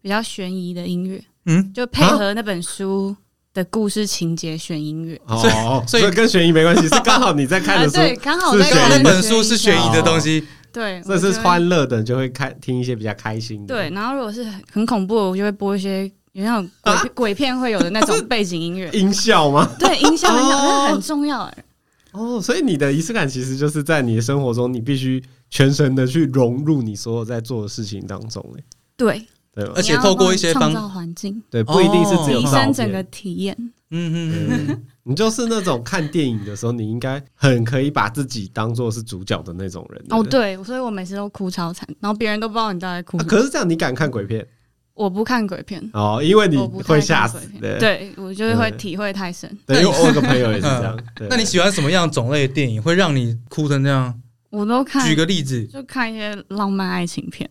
[SPEAKER 3] 比较悬疑的音乐，
[SPEAKER 2] 嗯，
[SPEAKER 3] 就配合那本书的故事情节选音乐。
[SPEAKER 2] 所以
[SPEAKER 1] 哦，
[SPEAKER 2] 所
[SPEAKER 1] 所
[SPEAKER 2] 以
[SPEAKER 1] 以跟悬疑没 关系，是刚好你在看
[SPEAKER 3] 啊，
[SPEAKER 1] 的时候，
[SPEAKER 3] 对，刚好
[SPEAKER 1] 是
[SPEAKER 3] 我在
[SPEAKER 1] 对
[SPEAKER 2] 刚好
[SPEAKER 3] 看
[SPEAKER 2] 那
[SPEAKER 1] 悬疑
[SPEAKER 2] 本书是悬疑的
[SPEAKER 3] 东
[SPEAKER 2] 东西，
[SPEAKER 3] 对，
[SPEAKER 1] 这是
[SPEAKER 3] 我就会
[SPEAKER 1] 欢乐的，你就会看听一些比较开心的。。
[SPEAKER 3] 对，，然后如果是很很恐怖的，我就会播一些有那种鬼、鬼片会有的那种背景音乐
[SPEAKER 1] 音效吗？
[SPEAKER 3] 啊 对，音效很响，
[SPEAKER 1] 哦
[SPEAKER 3] 那很重要哎。
[SPEAKER 1] 哦，所以你的仪式感其实就是在你的生活中，你必须全神的去融入你所有在做的事情当中，哎，
[SPEAKER 3] 对，
[SPEAKER 1] 对吧
[SPEAKER 2] 而？且哦
[SPEAKER 3] 你要
[SPEAKER 2] 透过一些
[SPEAKER 3] 创
[SPEAKER 2] 方
[SPEAKER 3] 造环境，
[SPEAKER 1] 对，不一定是只有
[SPEAKER 3] 提
[SPEAKER 1] 照
[SPEAKER 3] 升整个
[SPEAKER 1] 片。
[SPEAKER 3] 体验。
[SPEAKER 2] 嗯嗯嗯嗯，
[SPEAKER 1] 你就是那种看电影的时候，你应该很可以把自己当做是主角的那种人。
[SPEAKER 3] 哦，
[SPEAKER 1] 不对、
[SPEAKER 3] 对，所以我每次都哭超惨，然后别人都不知道你到底在哭
[SPEAKER 1] 啊。。可是这样，你敢看鬼片
[SPEAKER 3] 我不看鬼片，
[SPEAKER 1] 哦？因为你
[SPEAKER 3] 我不太
[SPEAKER 1] 会吓
[SPEAKER 3] 看
[SPEAKER 1] 死
[SPEAKER 3] 鬼
[SPEAKER 1] 的
[SPEAKER 3] 片，。对我就是会体会太深。
[SPEAKER 1] 对，
[SPEAKER 2] 那
[SPEAKER 1] 因
[SPEAKER 2] 你嗯
[SPEAKER 1] 为我有个朋友也是这 样。对
[SPEAKER 2] 那你喜欢什么样种类的电影会让你哭成这样？
[SPEAKER 3] 我都看
[SPEAKER 2] 举，个例子，
[SPEAKER 3] 就看一些浪漫爱情片，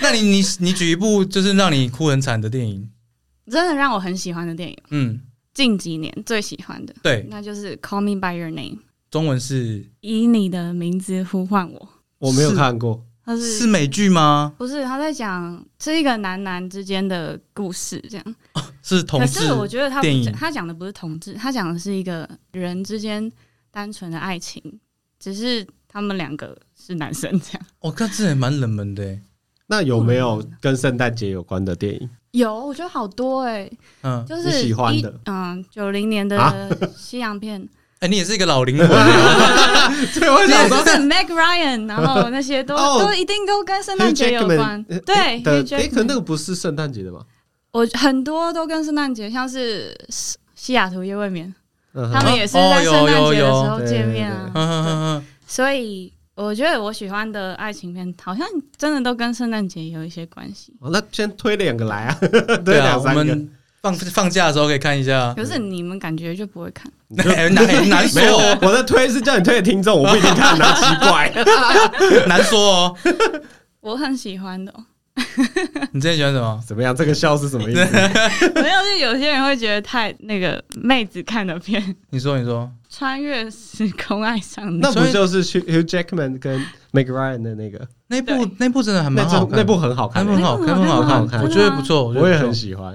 [SPEAKER 2] 那你你你举一部就是让你哭很惨的电影，
[SPEAKER 3] 真的让我很喜欢的电影，
[SPEAKER 2] 嗯，
[SPEAKER 3] 近几年最喜欢的，
[SPEAKER 2] 对，
[SPEAKER 3] 那就是《Call Me by Your Name》。
[SPEAKER 2] 中文是
[SPEAKER 3] 以你的名字呼唤我，
[SPEAKER 1] 我没有
[SPEAKER 2] 是
[SPEAKER 1] 看过，
[SPEAKER 3] 他是
[SPEAKER 2] 是美剧吗？
[SPEAKER 3] 不是他在讲是一个男男之间的故事这样？
[SPEAKER 2] 是同
[SPEAKER 3] 可
[SPEAKER 2] 志
[SPEAKER 3] 是我觉得他不
[SPEAKER 2] 电影
[SPEAKER 3] 他讲的不是同志，他讲的是一个人之间单纯的爱情，只是他们两个是男生这样。
[SPEAKER 2] 我哦看这也蛮冷门的欸，
[SPEAKER 1] 那有没有
[SPEAKER 2] 嗯
[SPEAKER 1] 跟圣诞节有关的电 影？
[SPEAKER 3] 有，我觉得好多哎、
[SPEAKER 2] 嗯，
[SPEAKER 3] 就
[SPEAKER 1] 你
[SPEAKER 3] 是
[SPEAKER 1] 喜欢
[SPEAKER 3] 一
[SPEAKER 1] 的
[SPEAKER 3] 嗯，九零年
[SPEAKER 1] 啊
[SPEAKER 3] 的西洋 片，
[SPEAKER 2] 哎，你也是一个老灵魂，啊
[SPEAKER 1] 对，我想说
[SPEAKER 3] 就是 Mac Ryan，然后那些都
[SPEAKER 1] 啊哦
[SPEAKER 3] 都一定都跟圣
[SPEAKER 1] Hugh
[SPEAKER 3] 诞节有
[SPEAKER 1] Jackman，
[SPEAKER 3] 关
[SPEAKER 1] 呃，
[SPEAKER 3] 对
[SPEAKER 1] 的，
[SPEAKER 3] ，Hugh
[SPEAKER 1] 哎，可那
[SPEAKER 3] Jackman
[SPEAKER 1] 个不是圣诞节的吧？
[SPEAKER 3] 我很多都跟圣诞节，像是西西雅图夜未眠，
[SPEAKER 1] 嗯
[SPEAKER 3] 他
[SPEAKER 1] 哼
[SPEAKER 3] 们也是在
[SPEAKER 2] 哦
[SPEAKER 3] 圣
[SPEAKER 2] 有
[SPEAKER 3] 诞节
[SPEAKER 2] 有
[SPEAKER 3] 的
[SPEAKER 2] 有
[SPEAKER 3] 时候
[SPEAKER 1] 对
[SPEAKER 3] 见
[SPEAKER 1] 对
[SPEAKER 3] 面
[SPEAKER 2] 嗯
[SPEAKER 3] 啊，
[SPEAKER 2] 嗯嗯嗯
[SPEAKER 3] 所以我觉得我喜欢的爱情片好像真的都跟圣诞节有一些关系。
[SPEAKER 1] 哦那先推两个来啊，
[SPEAKER 2] 对
[SPEAKER 1] 推
[SPEAKER 2] 啊，
[SPEAKER 1] 两
[SPEAKER 2] 我
[SPEAKER 1] 三个。
[SPEAKER 2] 们放放假的时候可以看一下，
[SPEAKER 3] 可是你们感觉就不会看，
[SPEAKER 1] 你就
[SPEAKER 2] 哎难很难说
[SPEAKER 1] 没有
[SPEAKER 2] 哦，，
[SPEAKER 1] 我的推是叫你推给听众，我不一定看啊，奇怪。
[SPEAKER 2] 难说哦。
[SPEAKER 3] 我很喜欢的哦、
[SPEAKER 2] 你之前喜欢什么？
[SPEAKER 1] 怎么样？这个笑是什么意思？
[SPEAKER 3] 没有，就有些人会觉得太那个妹子看的片， 《
[SPEAKER 2] 你说，你说，
[SPEAKER 3] 穿越时空爱上你
[SPEAKER 1] 那》不就是去 Hugh Jackman 跟 Meg Ryan 的那个？
[SPEAKER 2] 那部那部真的还
[SPEAKER 1] 那
[SPEAKER 2] 蛮好
[SPEAKER 1] 部
[SPEAKER 2] 看，
[SPEAKER 1] 那部很好
[SPEAKER 2] 那
[SPEAKER 1] 看
[SPEAKER 2] 部，很好看，那部
[SPEAKER 3] 那部很
[SPEAKER 1] 好
[SPEAKER 2] 好
[SPEAKER 1] 看
[SPEAKER 2] 看，我觉得不错，觉
[SPEAKER 1] 我也
[SPEAKER 2] 得不
[SPEAKER 1] 很
[SPEAKER 2] 错。
[SPEAKER 1] 喜欢。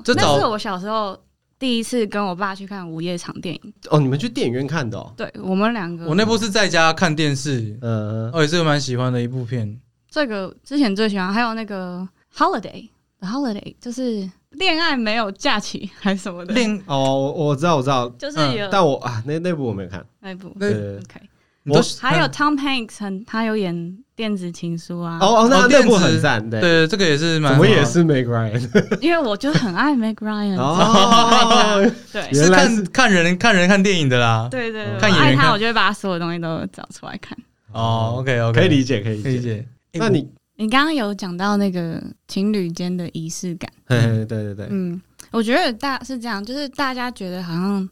[SPEAKER 2] 嗯这
[SPEAKER 3] 那
[SPEAKER 2] 早
[SPEAKER 3] 是我小时候第一次跟我爸去看午夜场电影，
[SPEAKER 1] 哦，你们去电影院看的？哦？
[SPEAKER 3] 对我们两个，
[SPEAKER 2] 我那部是在家看电视，
[SPEAKER 1] 呃，
[SPEAKER 2] 哦，也是蛮喜欢的一部片。
[SPEAKER 3] 这个之前最喜欢，还有那个 Holiday。Holiday 就是恋爱没有假期还是什么的，
[SPEAKER 2] 另
[SPEAKER 1] 哦，我我知道，我知道，
[SPEAKER 3] 就是
[SPEAKER 2] 嗯
[SPEAKER 3] 有
[SPEAKER 1] 但我啊，那那部我没有看。
[SPEAKER 3] 那一部。
[SPEAKER 2] 对嗯
[SPEAKER 1] 呃，
[SPEAKER 3] OK，
[SPEAKER 2] 你都
[SPEAKER 1] 我
[SPEAKER 3] 还有 Tom Hanks 很，他有演电子情书啊。
[SPEAKER 1] 哦哦，那
[SPEAKER 2] 哦
[SPEAKER 1] 那
[SPEAKER 2] 电
[SPEAKER 1] 部
[SPEAKER 2] 子
[SPEAKER 1] 很赞，对，
[SPEAKER 2] 对这个也是蛮好
[SPEAKER 1] 我
[SPEAKER 2] 的，
[SPEAKER 1] 也是 Meg Ryan。
[SPEAKER 3] 因为我就很爱 Meg
[SPEAKER 1] 嗯
[SPEAKER 3] Ryan，、
[SPEAKER 1] 哦，
[SPEAKER 3] 对
[SPEAKER 1] 原
[SPEAKER 2] 是
[SPEAKER 1] 来
[SPEAKER 2] 看看人看人看电影的啦。
[SPEAKER 3] 对对对，我
[SPEAKER 2] 看演员
[SPEAKER 3] 爱他，
[SPEAKER 2] 看
[SPEAKER 3] 我就会把他所有东西都找出来看。
[SPEAKER 2] 哦，OK OK，
[SPEAKER 1] 可以理解，可以
[SPEAKER 2] 可以
[SPEAKER 1] 理
[SPEAKER 2] 理
[SPEAKER 1] 解。
[SPEAKER 2] 解。哎
[SPEAKER 1] 那你，
[SPEAKER 3] 你刚刚有讲到那个情侣间的仪式感，
[SPEAKER 1] 嘿嘿对对对，
[SPEAKER 3] 嗯，我觉得大是这样，就是大家觉得好像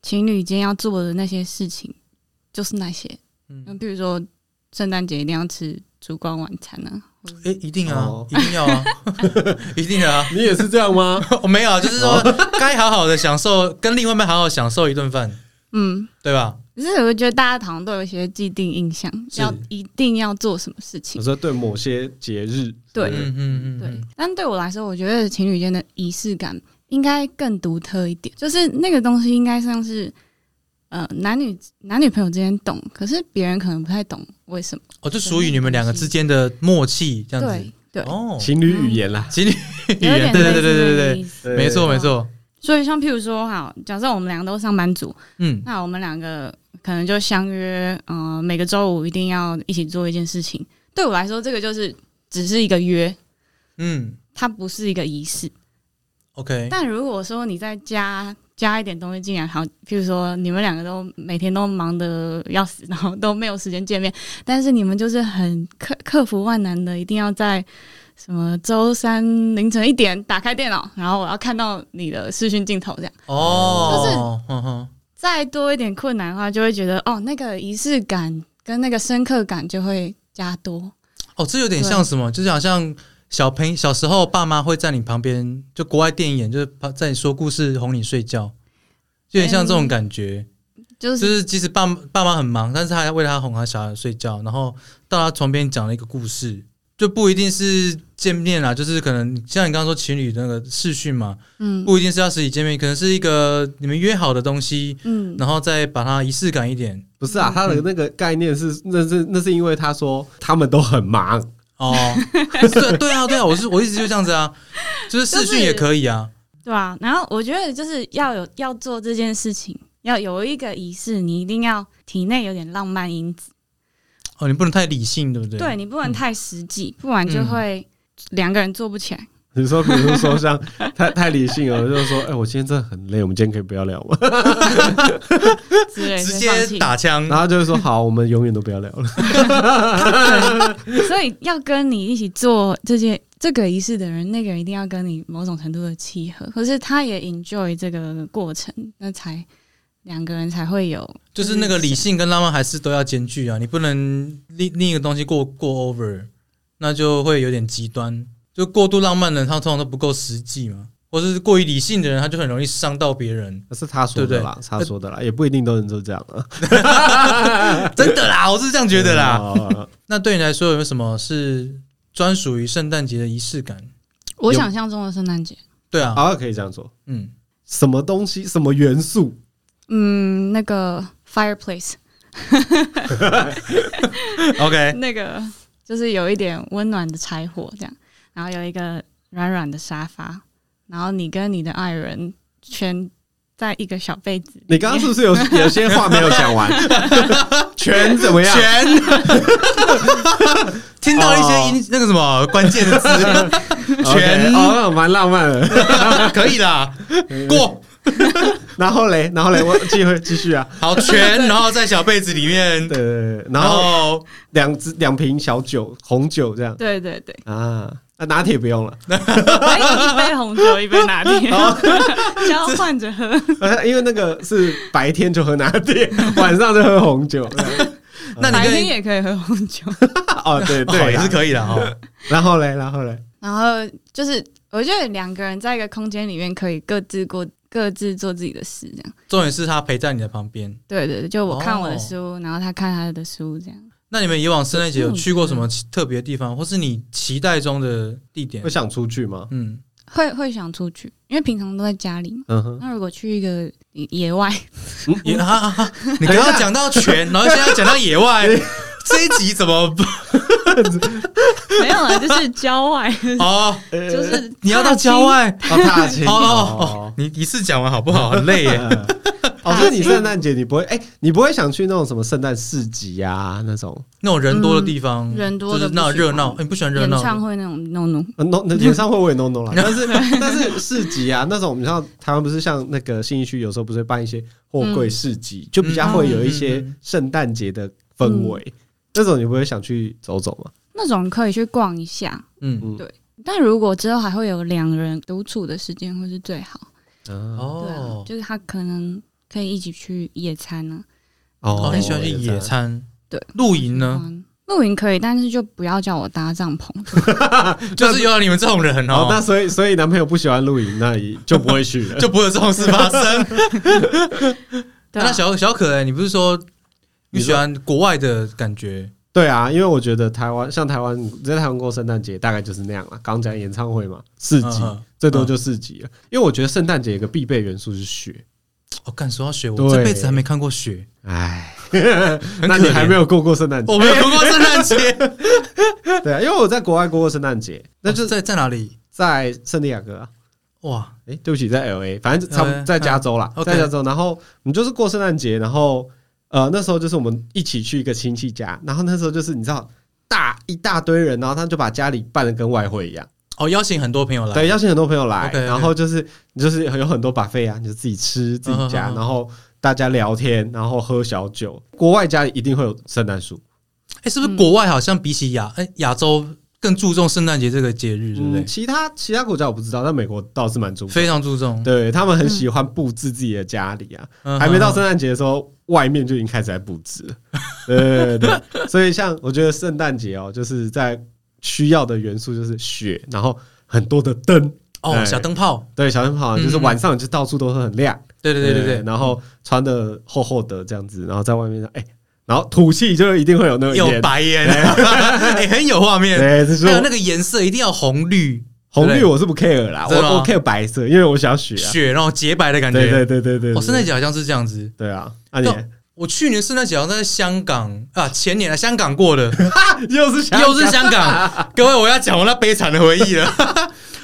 [SPEAKER 3] 情侣间要做的那些事情，就是那些，嗯，
[SPEAKER 2] 嗯
[SPEAKER 3] 比如说圣诞节一定要吃烛光晚餐啊，
[SPEAKER 2] 哎，一定啊
[SPEAKER 1] 哦，
[SPEAKER 2] 一定要啊， 一定的啊。
[SPEAKER 1] 你也是这样吗？
[SPEAKER 2] 我没有啊，就是说该好好的享受，跟另外一半好好享受一顿饭，
[SPEAKER 3] 嗯，
[SPEAKER 2] 对吧？
[SPEAKER 3] 可是我觉得大家好像都有一些既定印象，
[SPEAKER 2] 是
[SPEAKER 3] 要一定要做什么事 情
[SPEAKER 1] 我。说对某些节日，呃
[SPEAKER 3] 对
[SPEAKER 2] 嗯嗯嗯，
[SPEAKER 3] 对
[SPEAKER 2] 嗯，
[SPEAKER 3] 但对我来说，我觉得情侣间的仪式感应该更独特一点，就是那个东西应该像是呃男女男女朋友之间懂，可是别人可能不太懂为什么。
[SPEAKER 2] 哦，就属于你们两个之间的默契这样子
[SPEAKER 3] 对。对，
[SPEAKER 2] 哦，
[SPEAKER 1] 情侣语言啦，
[SPEAKER 2] 情侣
[SPEAKER 3] 有
[SPEAKER 2] 语言，
[SPEAKER 3] 点
[SPEAKER 2] 对
[SPEAKER 3] 类
[SPEAKER 2] 对对对
[SPEAKER 3] 似这个
[SPEAKER 2] 对
[SPEAKER 3] 意
[SPEAKER 2] 对，
[SPEAKER 3] 思。
[SPEAKER 1] 对
[SPEAKER 2] 没错没错。
[SPEAKER 3] 所以像譬如说，好，假设我们两个都上班族，
[SPEAKER 2] 嗯，
[SPEAKER 3] 那我们两个可能就相约，呃，每个周五一定要一起做一件事情。对我来说，这个就是只是一个约，
[SPEAKER 2] 嗯
[SPEAKER 3] 它不是一个仪式。
[SPEAKER 2] ，OK，
[SPEAKER 3] 但如果说你再加加一点东西进来，好，譬如说你们两个都每天都忙得要死，然后都没有时间见面， 但是你们就是很克克服万难的，一定要在什么周三凌晨一点打开电脑，然后我要看到你的视讯镜头，这样
[SPEAKER 2] 哦，嗯哼，
[SPEAKER 3] 再多一点困难的话，就会觉得哦，那个仪式感跟那个深刻感就会加多。
[SPEAKER 2] 哦，这有点像什么？就是好像小朋小时候，爸妈会在你旁边，就国外电影演，就是在你说故事哄你睡觉，有点像
[SPEAKER 3] 嗯
[SPEAKER 2] 这种感觉。
[SPEAKER 3] 就
[SPEAKER 2] 就是是即使爸爸妈很忙，但是他还为他哄他小孩睡觉，然后到他床边讲了一个故事，就不一定是见面啦，就是可能像你刚刚说情侣那个视讯嘛，
[SPEAKER 3] 嗯
[SPEAKER 2] 不一定是要实体见面，可能是一个你们约好的东西，
[SPEAKER 3] 嗯，
[SPEAKER 2] 然后再把它仪式感一点。
[SPEAKER 1] 不是啊，他的那个概念是，那是那是因为他说他们都很忙，
[SPEAKER 2] 哦， 对对啊，对啊，我是我一直就这样子啊，就是视
[SPEAKER 3] 就是
[SPEAKER 2] 讯也可以啊，
[SPEAKER 3] 对啊，然后我觉得就是要有要做这件事情，要有一个仪式，你一定要体内有点浪漫因子，
[SPEAKER 2] 哦，你不能太理性，对不对？嗯
[SPEAKER 3] 对你不能太实际，不然就会两个人做不起来。
[SPEAKER 1] 你说，比如说像 太太理性了，就是说，哎、我今天真的很累，我们今天可以不要聊吗？
[SPEAKER 3] 之类的
[SPEAKER 2] 直
[SPEAKER 3] 放
[SPEAKER 2] 接
[SPEAKER 3] 弃
[SPEAKER 2] 打 枪
[SPEAKER 1] 然，后就会说，好，我们永远都不要聊了。
[SPEAKER 3] 对所以要跟你一起做这件这个仪式的人，那个人一定要跟你某种程度的契合，可是他也 enjoy 这个过程，那才两个人才会有
[SPEAKER 2] 就是那个理性跟浪漫还是都要兼具啊，你不能另另一个东西过过 over，那就会有点极端。就过度浪漫的人，他通常都不够实际嘛。或者是过于理性的人，他就很容易伤到别人。
[SPEAKER 1] 是他说的啦，他说的啦，也不一定都能做这样啊。
[SPEAKER 2] 真的啦，我是这样觉得 啦。
[SPEAKER 1] 啦，
[SPEAKER 2] 那对你来说，有没有什么是专属于圣诞节的仪式感？
[SPEAKER 3] 我
[SPEAKER 1] 有
[SPEAKER 3] 想象中的圣诞节，
[SPEAKER 2] 对啊，
[SPEAKER 1] 啊，可以这样说。
[SPEAKER 2] 嗯，
[SPEAKER 1] 什么东西？什么元素？
[SPEAKER 3] 嗯，那个 fireplace，
[SPEAKER 2] OK，
[SPEAKER 3] 那个就是有一点温暖的柴火这样，然后有一个软软的沙发，然后你跟你的爱人全在一个小被子里面。
[SPEAKER 1] 你刚刚是不是有有些话没有讲 完？全怎么样？
[SPEAKER 2] 全 听到一些音那个什么关键的 字，
[SPEAKER 1] OK，
[SPEAKER 2] 全
[SPEAKER 1] 哦，蛮浪漫的。
[SPEAKER 2] 可以啦，过
[SPEAKER 1] 然后嘞，然后嘞，我继续继 续啊。
[SPEAKER 2] 好全，然后在小被子里面
[SPEAKER 1] 对，对对，然
[SPEAKER 2] 然
[SPEAKER 1] 后
[SPEAKER 2] 后
[SPEAKER 1] 两只两瓶小酒，红酒这样
[SPEAKER 3] 对对对，
[SPEAKER 1] 啊。那拿铁不用了，
[SPEAKER 3] 哎一杯红酒，一杯拿铁，交换着喝。
[SPEAKER 1] 呃因为那个是白天就喝拿铁， 晚上就喝红酒。
[SPEAKER 2] 那
[SPEAKER 3] 白天
[SPEAKER 2] 你
[SPEAKER 3] 也可以喝红酒。
[SPEAKER 1] 哦，对
[SPEAKER 2] 跟哦
[SPEAKER 1] 对
[SPEAKER 2] 也
[SPEAKER 1] 啦
[SPEAKER 2] 是，可以的哦。
[SPEAKER 1] 然后嘞，然后嘞，
[SPEAKER 3] 然后就是，我觉得两个人在一个空间里面可以各自过各自做自己的事，这样。
[SPEAKER 2] 重点是他陪在你的旁边。
[SPEAKER 3] 对对对，就我看我
[SPEAKER 2] 哦
[SPEAKER 3] 的书，然后他看他的书，这样。
[SPEAKER 2] 那你们以往圣诞节有去过什么奇特别的地方，或是你期待中的地点
[SPEAKER 1] 会？想出去吗？
[SPEAKER 2] 嗯，
[SPEAKER 3] 会会想出去，因为平常都在家里嘛。
[SPEAKER 1] 嗯哼，
[SPEAKER 3] 那如果去一个野野 外，
[SPEAKER 2] 也啊啊啊！ 你刚刚讲到全，然后现在讲到野 外，这一集怎么
[SPEAKER 3] 没有啊，就是郊 外，
[SPEAKER 2] 哦？
[SPEAKER 3] 就
[SPEAKER 1] 呃
[SPEAKER 3] 是
[SPEAKER 2] 你要到
[SPEAKER 3] 踏青
[SPEAKER 2] 郊。外
[SPEAKER 1] 哦，踏青
[SPEAKER 2] 哦哦哦！你一次讲完好不 好？很 累耶。
[SPEAKER 1] 嗯哦，所以你圣诞节你不会哎、你不会想去那种什么圣诞市集啊那种，
[SPEAKER 2] 那种人多的地方，
[SPEAKER 3] 嗯人多的
[SPEAKER 2] 就是那种热闹，
[SPEAKER 3] 不喜欢
[SPEAKER 2] 欸你不喜欢热
[SPEAKER 3] 演
[SPEAKER 2] 闹
[SPEAKER 3] 唱
[SPEAKER 2] 的。
[SPEAKER 3] 会那种 no no，
[SPEAKER 1] 呃，no，那演唱会我也 no no 啦，但 是但是市集啊那种，你知道台湾不是像那个信义区有时候不是会办一些货柜
[SPEAKER 3] 嗯
[SPEAKER 1] 市集，就比较会有一
[SPEAKER 2] 嗯
[SPEAKER 1] 些圣诞节的氛围，
[SPEAKER 3] 嗯
[SPEAKER 1] 那种你不会想去走走吗？
[SPEAKER 3] 那种可以去逛一下。
[SPEAKER 2] 嗯，
[SPEAKER 1] 嗯，
[SPEAKER 3] 对但如果之后还会有两人独处的时间，会是最好。
[SPEAKER 1] 啊
[SPEAKER 3] 对啊
[SPEAKER 2] 哦，
[SPEAKER 3] 就是他可能可以一起去野餐啊。
[SPEAKER 2] 哦，你喜欢去野？餐？
[SPEAKER 3] 对，
[SPEAKER 2] 露营呢？
[SPEAKER 3] 嗯，露营可以，但是就不要叫我搭帐篷。嗯
[SPEAKER 2] 就是有你们这种人
[SPEAKER 1] 哦，那
[SPEAKER 2] 哦，
[SPEAKER 1] 所以所以男朋友不喜欢露营，那也就不会去了。
[SPEAKER 2] 就不会有这种事发生。
[SPEAKER 3] 对、
[SPEAKER 2] 啊
[SPEAKER 3] 啊
[SPEAKER 2] 那小小可爱，欸你不是说你
[SPEAKER 1] 你说
[SPEAKER 2] 喜欢国外的感觉？
[SPEAKER 1] 对啊，因为我觉得台湾像台湾你在台湾过圣诞节大概就是那样了。刚讲演唱会嘛，市集、
[SPEAKER 2] 嗯嗯
[SPEAKER 1] 最多就市集了。因为我觉得圣诞节有个必备元素是雪，
[SPEAKER 2] 我敢哦说到雪，我
[SPEAKER 1] 对
[SPEAKER 2] 这辈子还没看过雪，
[SPEAKER 1] 哎，
[SPEAKER 2] 很
[SPEAKER 1] 那
[SPEAKER 2] 可
[SPEAKER 1] 你还没
[SPEAKER 2] 怜。
[SPEAKER 1] 有过过圣诞 节？
[SPEAKER 2] 我没有过过圣诞节，
[SPEAKER 1] 对啊，因为我在国外过过圣诞节， 那
[SPEAKER 2] 那
[SPEAKER 1] 就
[SPEAKER 2] 就是在在哪里？
[SPEAKER 1] 在圣地亚哥、啊。
[SPEAKER 2] 哇，
[SPEAKER 1] 哎、对不起，在 L A，反正就差不
[SPEAKER 2] LA
[SPEAKER 1] 多在加州啦，
[SPEAKER 2] 嗯，OK
[SPEAKER 1] 在加州。然后我们就是过圣诞节，然后呃那时候就是我们一起去一个亲戚家，然后那时候就是你知道大一大堆人，然后他就把家里办的跟外汇一样。
[SPEAKER 2] 哦，邀请很多朋友来，
[SPEAKER 1] 对，邀请很多朋友来
[SPEAKER 2] OK，OK
[SPEAKER 1] 然后就是你就是有很多把费啊，你就自己吃自己
[SPEAKER 2] 嗯
[SPEAKER 1] 家，
[SPEAKER 2] 哼哼
[SPEAKER 1] 然后大家聊天，然后喝小酒。国外家里一定会有圣诞树，
[SPEAKER 2] 哎，是不是
[SPEAKER 3] 嗯
[SPEAKER 2] 国外好像比起亚哎亚洲更注重圣诞节这个节日，对不对
[SPEAKER 1] 嗯，？其他其他国家我不知道，但美国倒是蛮注重
[SPEAKER 2] 非。常注重，
[SPEAKER 1] 对他们很喜欢布置自己的家里啊，
[SPEAKER 2] 嗯
[SPEAKER 1] 还没到圣诞节的时候，外面就已经开始在布置 了。对对对对对，所以像我觉得圣诞节哦，就是在需要的元素就是雪，然后很多的灯，
[SPEAKER 2] 哦，
[SPEAKER 1] 哎
[SPEAKER 2] 小灯泡，
[SPEAKER 1] 对，小灯泡
[SPEAKER 2] 嗯
[SPEAKER 1] 就是晚上就到处都会很亮。
[SPEAKER 2] 对对对对对，
[SPEAKER 1] 然后穿的厚厚的这样子，然后在外面哎、然后吐气就一定会有那个
[SPEAKER 2] 有
[SPEAKER 1] 烟，
[SPEAKER 2] 白烟， 哎，很有画面。
[SPEAKER 1] 对，这是
[SPEAKER 2] 还有那
[SPEAKER 1] 我
[SPEAKER 2] 个颜色一定要红绿
[SPEAKER 1] 红
[SPEAKER 2] 对
[SPEAKER 1] 绿我是不 care 啦，我
[SPEAKER 2] 真的吗
[SPEAKER 1] 我 care 白色，因为我想雪啊，
[SPEAKER 2] 雪，然后洁白的感
[SPEAKER 1] 对
[SPEAKER 2] 觉。
[SPEAKER 1] 对对对对，
[SPEAKER 2] 我圣诞
[SPEAKER 1] 节
[SPEAKER 2] 节好像是这样子。
[SPEAKER 1] 对啊，啊你
[SPEAKER 2] 我去年圣诞节好像在香港啊，前年在香港过的，
[SPEAKER 1] 又是
[SPEAKER 2] 啊又是香港。各位，我要讲我那悲惨的回忆了。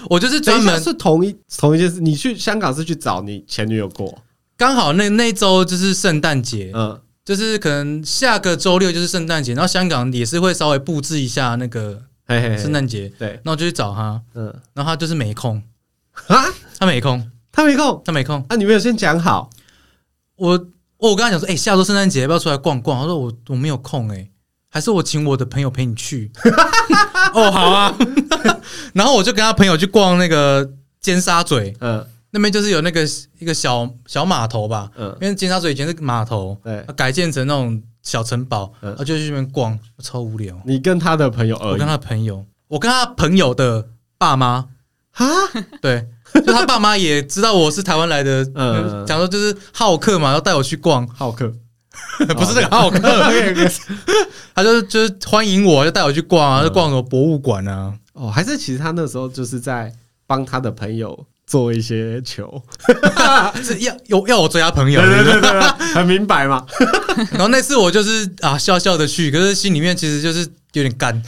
[SPEAKER 2] 我就是专
[SPEAKER 1] 专门
[SPEAKER 2] 门
[SPEAKER 1] 是同一同一件事，你去香港是去找你前女友过，
[SPEAKER 2] 刚好那那一周就是圣诞节，
[SPEAKER 1] 嗯
[SPEAKER 2] 就是可能下个周六就是圣诞节，然后香港也是会稍微布置一下那个
[SPEAKER 1] 嘿嘿嘿，
[SPEAKER 2] 圣诞节，
[SPEAKER 1] 对，
[SPEAKER 2] 那我就去找他，
[SPEAKER 1] 嗯
[SPEAKER 2] 然后他就是没空，
[SPEAKER 1] 啊，
[SPEAKER 2] 他没空，
[SPEAKER 1] 他没空，
[SPEAKER 2] 他没空。
[SPEAKER 1] 啊你没有先讲好，
[SPEAKER 2] 我我跟他讲说，哎、下周圣诞节要不要出来逛逛？他说我我没有空、哎，还是我请我的朋友陪你去。 哦，好啊。 然后我就跟他朋友去逛那个尖沙咀
[SPEAKER 1] 嗯
[SPEAKER 2] 那边，就是有那个一个小小码头吧，
[SPEAKER 1] 嗯，
[SPEAKER 2] 因为尖沙咀以前是码头，
[SPEAKER 1] 对
[SPEAKER 2] 改建成那种小城堡，
[SPEAKER 1] 嗯
[SPEAKER 2] 然后就去那边逛，超无聊。
[SPEAKER 1] 你跟他的朋友
[SPEAKER 2] 我
[SPEAKER 1] 而已
[SPEAKER 2] 跟他朋友，我跟他朋友的爸妈，
[SPEAKER 1] 啊，
[SPEAKER 2] 对，就他爸妈也知道我是台湾来的，
[SPEAKER 1] 嗯
[SPEAKER 2] 讲说就是好客嘛，要带我去逛，
[SPEAKER 1] 好 客，
[SPEAKER 2] 不是那个 好 客，他就是就是欢迎我，就带我去逛啊，就逛什么博物馆啊，
[SPEAKER 1] 哦，还是其实他那时候就是在帮他的朋友做一些球，
[SPEAKER 2] 是要有要我追他朋友，
[SPEAKER 1] 对对，很明白 嘛。
[SPEAKER 2] 然后那次我就是啊笑笑的去，可是心里面其实就是有点干，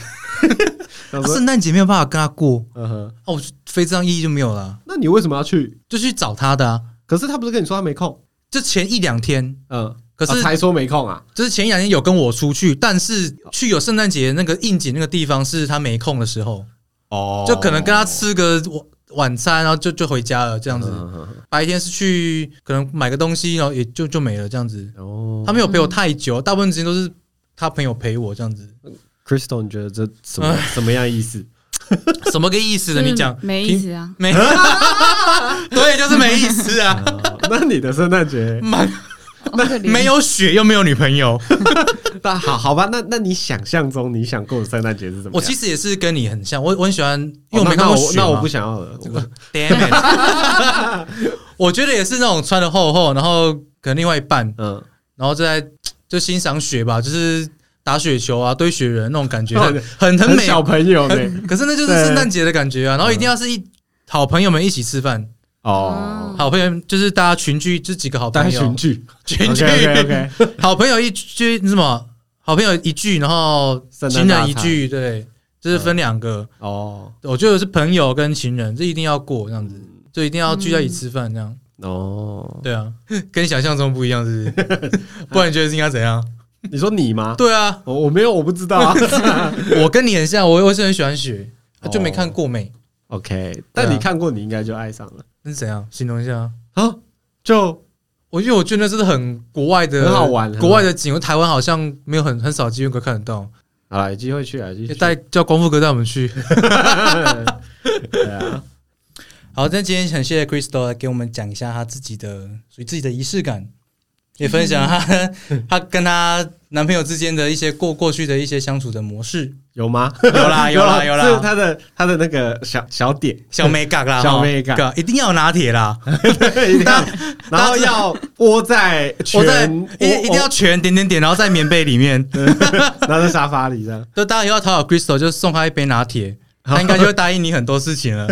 [SPEAKER 1] 他
[SPEAKER 2] 啊
[SPEAKER 1] 说
[SPEAKER 2] 圣诞节没有办法跟他过，
[SPEAKER 1] 嗯哼，
[SPEAKER 2] 哦，我就非这样意义就没有了啊，
[SPEAKER 1] 那你为什么要去？
[SPEAKER 2] 就去找他的啊，
[SPEAKER 1] 可是他不是跟你说他没空？
[SPEAKER 2] 就前一两天，
[SPEAKER 1] 嗯，
[SPEAKER 2] 可是
[SPEAKER 1] 啊才说没空啊。
[SPEAKER 2] 就是前一两天有跟我出去，但是去有圣诞节那个应景那个地方是他没空的时候，
[SPEAKER 1] 哦
[SPEAKER 2] 就可能跟他吃个晚晚餐，然后就就回家了这样子。
[SPEAKER 1] 嗯嗯
[SPEAKER 2] 白天是去可能买个东西，然后也就就没了这样子。
[SPEAKER 1] 嗯哦
[SPEAKER 2] 他没有陪我太久，大部分时间都是他朋友陪我这样子，
[SPEAKER 1] Crystal，你觉得这什
[SPEAKER 2] 嗯
[SPEAKER 1] 么什么样意 思？
[SPEAKER 2] 什么个意思呢？你
[SPEAKER 1] 嗯
[SPEAKER 2] 讲
[SPEAKER 3] 啊没意思啊？
[SPEAKER 2] 没，对，就是没意思 啊，
[SPEAKER 1] 哦那你的圣诞节，
[SPEAKER 2] 满
[SPEAKER 3] 好可怜
[SPEAKER 2] 没有雪又没有女朋友。
[SPEAKER 1] 那好好吧，那那你想象中你想过的圣诞节是什么样？
[SPEAKER 2] 我其
[SPEAKER 1] 实
[SPEAKER 2] 实也是跟你很像，我我很喜欢，哦因为我没看
[SPEAKER 1] 那
[SPEAKER 2] 过
[SPEAKER 1] 我
[SPEAKER 2] 雪嘛
[SPEAKER 1] 那我不想要了。我
[SPEAKER 2] Damn it 我觉得也是那种穿的厚厚，然后可能另外一半，
[SPEAKER 1] 嗯，
[SPEAKER 2] 然后再来就欣赏雪吧，就是打雪球啊、堆雪人那种感觉，
[SPEAKER 1] 哦
[SPEAKER 2] 很很很
[SPEAKER 1] 很
[SPEAKER 2] 美。
[SPEAKER 1] 小朋友呢。
[SPEAKER 2] 很可是那就是
[SPEAKER 1] 对
[SPEAKER 2] 圣诞节的感觉啊，然后一定要是一好朋友们一起吃饭，
[SPEAKER 1] 哦，
[SPEAKER 2] 好朋友就是大家群聚，这几个好
[SPEAKER 1] 大家
[SPEAKER 2] 朋友
[SPEAKER 1] 群聚，
[SPEAKER 2] 嗯 群聚
[SPEAKER 1] OK OK，
[SPEAKER 2] 好朋友一聚什么？好朋友一聚，然后
[SPEAKER 1] 圣诞
[SPEAKER 2] 情
[SPEAKER 1] 大
[SPEAKER 2] 人
[SPEAKER 1] 餐
[SPEAKER 2] 一聚，对，就是分两个。
[SPEAKER 1] 哦
[SPEAKER 2] 我觉得是朋友跟情人，这一定要过这样子，就一定要聚在一起吃饭这样。
[SPEAKER 1] 哦，
[SPEAKER 2] 对啊，嗯 跟你想象中不一样，是不是？ 不然你觉得是应该怎样？
[SPEAKER 1] 你说你吗？ 哦
[SPEAKER 2] 对 啊，
[SPEAKER 1] 我我没有，我不知道啊。
[SPEAKER 2] 我跟你很像，我我是很喜欢雪，
[SPEAKER 1] 哦
[SPEAKER 2] 就没看过美，
[SPEAKER 1] OK，但你啊看过，你应该就爱上了
[SPEAKER 2] 那是怎样？形容一下。
[SPEAKER 1] 啊，就
[SPEAKER 2] 我因为我觉得那真的很国外的，
[SPEAKER 1] 很好玩
[SPEAKER 2] 国外的景，台湾好像没有很很少机会可以看得到。
[SPEAKER 1] 好了，有机会去啊，有机会去
[SPEAKER 2] 带叫光复哥带我 们去。
[SPEAKER 1] 对啊，
[SPEAKER 2] 好，那今天很谢谢 Crystal 来给我们讲一下她自己的属于自己的仪式感，也分 享她她跟她男朋友之间的一些过过去的一些相处的模 式。
[SPEAKER 1] 有吗？
[SPEAKER 2] 有啦啊 有啦有啦，
[SPEAKER 1] 是他的他的那个小小 点，
[SPEAKER 2] 小美感啦，
[SPEAKER 1] 小美感
[SPEAKER 2] 哈一定要有拿 铁啦！
[SPEAKER 1] 对，一定要然后
[SPEAKER 2] 大家
[SPEAKER 1] 要窝在
[SPEAKER 2] 我在
[SPEAKER 1] 全哦
[SPEAKER 2] 一定一定要全点点点，然后在棉被里 面。
[SPEAKER 1] 拿在沙发里这 样。
[SPEAKER 2] 就大家以后要讨好 Crystal，就送他一杯 拿铁，他应该就会答应你很多事情了。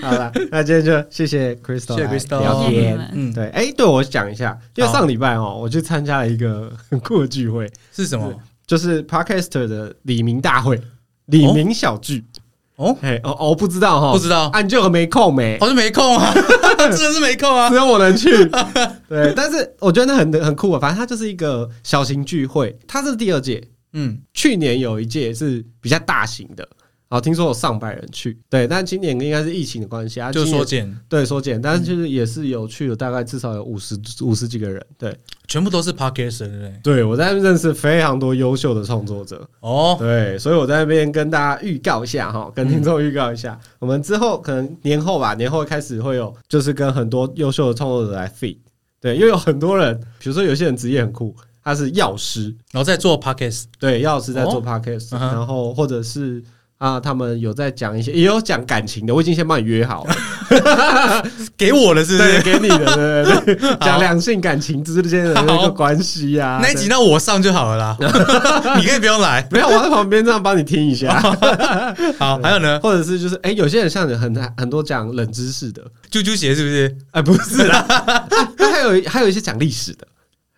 [SPEAKER 1] 好了，那今天就谢谢 Crystal，
[SPEAKER 2] 谢谢
[SPEAKER 1] 来
[SPEAKER 2] Crystal
[SPEAKER 1] 聊
[SPEAKER 3] 谢谢你
[SPEAKER 1] 天。
[SPEAKER 3] 们
[SPEAKER 2] 嗯，
[SPEAKER 1] 对，哎、对我讲一下，因为
[SPEAKER 2] 好
[SPEAKER 1] 上礼拜哦，我去参加了一个很酷的聚会，
[SPEAKER 2] 是什么？
[SPEAKER 1] 就是 Podcaster 的李明大会，李明小聚。
[SPEAKER 2] 哦，
[SPEAKER 1] 哎、哦哦，不知道哈，
[SPEAKER 2] 不知道
[SPEAKER 1] 啊，你就很没空没，
[SPEAKER 2] 好像没空 啊，真的是没空啊
[SPEAKER 1] 只。有我能 去。对，但是我觉得那很很酷啊，反正它就是一个小型聚会，它是第二届，
[SPEAKER 2] 嗯，
[SPEAKER 1] 去年有一届是比较大型的，好，听说有上百人去，对，但今年应该是疫情的关系啊，
[SPEAKER 2] 就
[SPEAKER 1] 今年
[SPEAKER 2] 缩减，嗯
[SPEAKER 1] 对缩减，但是就是也是有去了，大概至少有五十五十几个人，对，
[SPEAKER 2] 全部都是 Podcast 对不对？
[SPEAKER 1] 对我在那边认识非常多优秀的创作者，
[SPEAKER 2] 哦，嗯
[SPEAKER 1] 对，所以我在那边跟大家预告一下哈，跟听众预告一下，我们之后可能年后吧，年后开始会有就是跟很多优秀的创作者来 feed，对，因为有很多人，比如说有些人职业很酷，他是药师，
[SPEAKER 2] 然后再做 Podcast，
[SPEAKER 1] 对，药师在
[SPEAKER 2] 哦
[SPEAKER 1] 做 podcast，、
[SPEAKER 2] 嗯哼
[SPEAKER 1] 然后或者是啊，他们有在讲一些，也有讲感情的，我已经先帮你约好 了，
[SPEAKER 2] 给我了是不
[SPEAKER 1] 对，
[SPEAKER 2] 是？
[SPEAKER 1] 给你的，对对对，
[SPEAKER 2] 好
[SPEAKER 1] 讲两性感情之间的那
[SPEAKER 2] 好
[SPEAKER 1] 个关系啊，
[SPEAKER 2] 那一
[SPEAKER 1] 对
[SPEAKER 2] 集那我上就好了啦， 你可以不用来。
[SPEAKER 1] 没有，我在旁边这样帮你听一 下，
[SPEAKER 2] 好，还有呢，
[SPEAKER 1] 或者是就是，哎、有些人像很很多讲冷知识的，
[SPEAKER 2] 啾啾鞋是不是？
[SPEAKER 1] 哎、不是啦， 那还有还有一些讲历史的，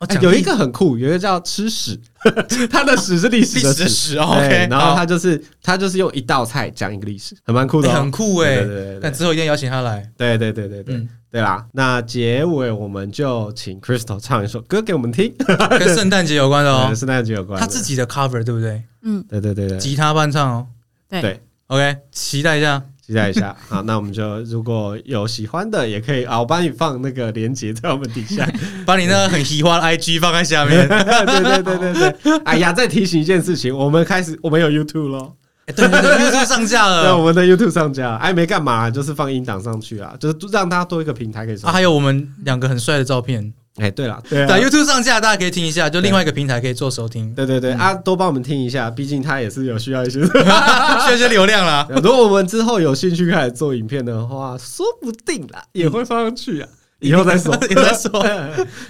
[SPEAKER 2] 哦
[SPEAKER 1] 哎
[SPEAKER 2] 讲
[SPEAKER 1] 有
[SPEAKER 2] 历
[SPEAKER 1] 一个很酷，有一个叫吃屎， 他的屎是历史
[SPEAKER 2] 历
[SPEAKER 1] 的
[SPEAKER 2] 史的
[SPEAKER 1] 屎。
[SPEAKER 2] 史
[SPEAKER 1] 对
[SPEAKER 2] 哦，OK，
[SPEAKER 1] 哎然后
[SPEAKER 2] 好
[SPEAKER 1] 他就是他就是用一道菜讲一个历史，很蛮酷的哦、
[SPEAKER 2] 哎很酷哎
[SPEAKER 1] 对对对，
[SPEAKER 2] 那
[SPEAKER 1] 对
[SPEAKER 2] 之后一定要邀请他 来。
[SPEAKER 1] 对对对对对
[SPEAKER 2] 嗯，
[SPEAKER 1] 对啦。那结尾我们就请 Crystal 唱一首歌给我们听，
[SPEAKER 2] 跟圣诞节有关的哦
[SPEAKER 1] 呃，圣诞节有关的。
[SPEAKER 2] 他自己的 cover 对不对？
[SPEAKER 3] 嗯，
[SPEAKER 1] 对对对对，
[SPEAKER 2] 吉他伴唱哦。
[SPEAKER 3] 对
[SPEAKER 1] 对
[SPEAKER 2] OK，期待一下。
[SPEAKER 1] 期待一下。 好，那我们就如果有喜欢的，也可以啊，我帮你放那个链接在我们底下。
[SPEAKER 2] 把你那个很喜欢的 IG 放在下面。
[SPEAKER 1] 对对对对对。哎呀，再提醒一件事情，我们开始我们有 YouTube 咯，
[SPEAKER 2] 欸对对对，因为这个上架
[SPEAKER 1] 对，
[SPEAKER 2] 了
[SPEAKER 1] 我们的 YouTube 上架，哎，没干嘛，就是放音档上去啊，就是让大家多一个平台可以收
[SPEAKER 2] 啊，。还有我们两个很帅的照片，
[SPEAKER 1] 哎，对了，对啊
[SPEAKER 2] 对、YouTube 上架大家可以听一下，就另外一个平台可以做收听，
[SPEAKER 1] 对对对啊，多帮我们听一下，毕竟他也是有需要一些。
[SPEAKER 2] 需要一些流量啦。
[SPEAKER 1] 如果我们之后有兴趣开始做影片的话，说不定啦，也会放上去啊， 以后再说，
[SPEAKER 2] 以后再 说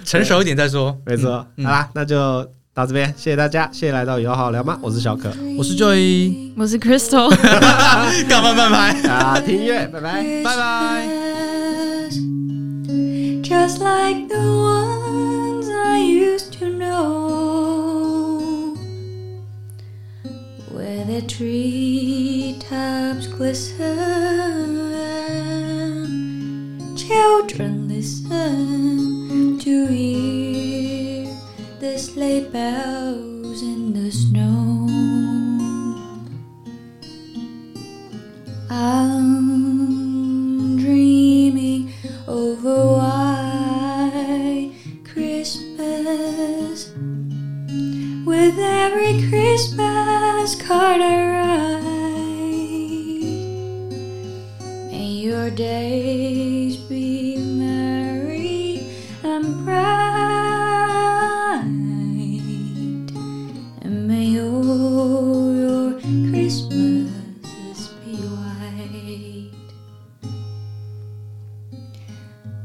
[SPEAKER 2] 成熟一点再说。
[SPEAKER 1] 没错，好
[SPEAKER 2] 嗯
[SPEAKER 1] 啦，那就到这边，谢谢大家，谢谢来到以后好好聊吗？我是小可，
[SPEAKER 2] 我是 Joy，
[SPEAKER 3] 我是 Crystal。
[SPEAKER 2] 干嘛慢拍？
[SPEAKER 1] 啊，听音乐，拜拜。
[SPEAKER 2] 拜拜。
[SPEAKER 4] Just like the ones I used to know, where the treetops glisten, children listen to hear the sleigh bells in the snow. I'm dreaming of a white Christmas. With every Christmas card I write, may your days be merry and bright. And may all your Christmases be white.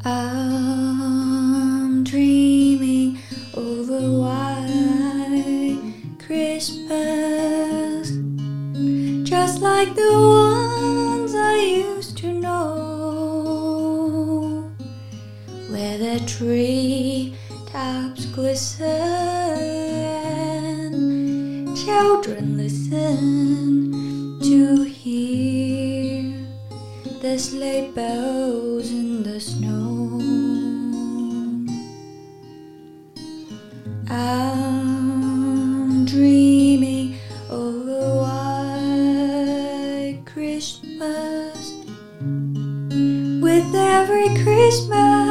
[SPEAKER 4] I'm dreaming of a white Christmas, just like the ones I used to know where the tree tops glisten. Children listen to hear the sleigh bells in the snow. I'm dreaming of a white Christmas with every Christmas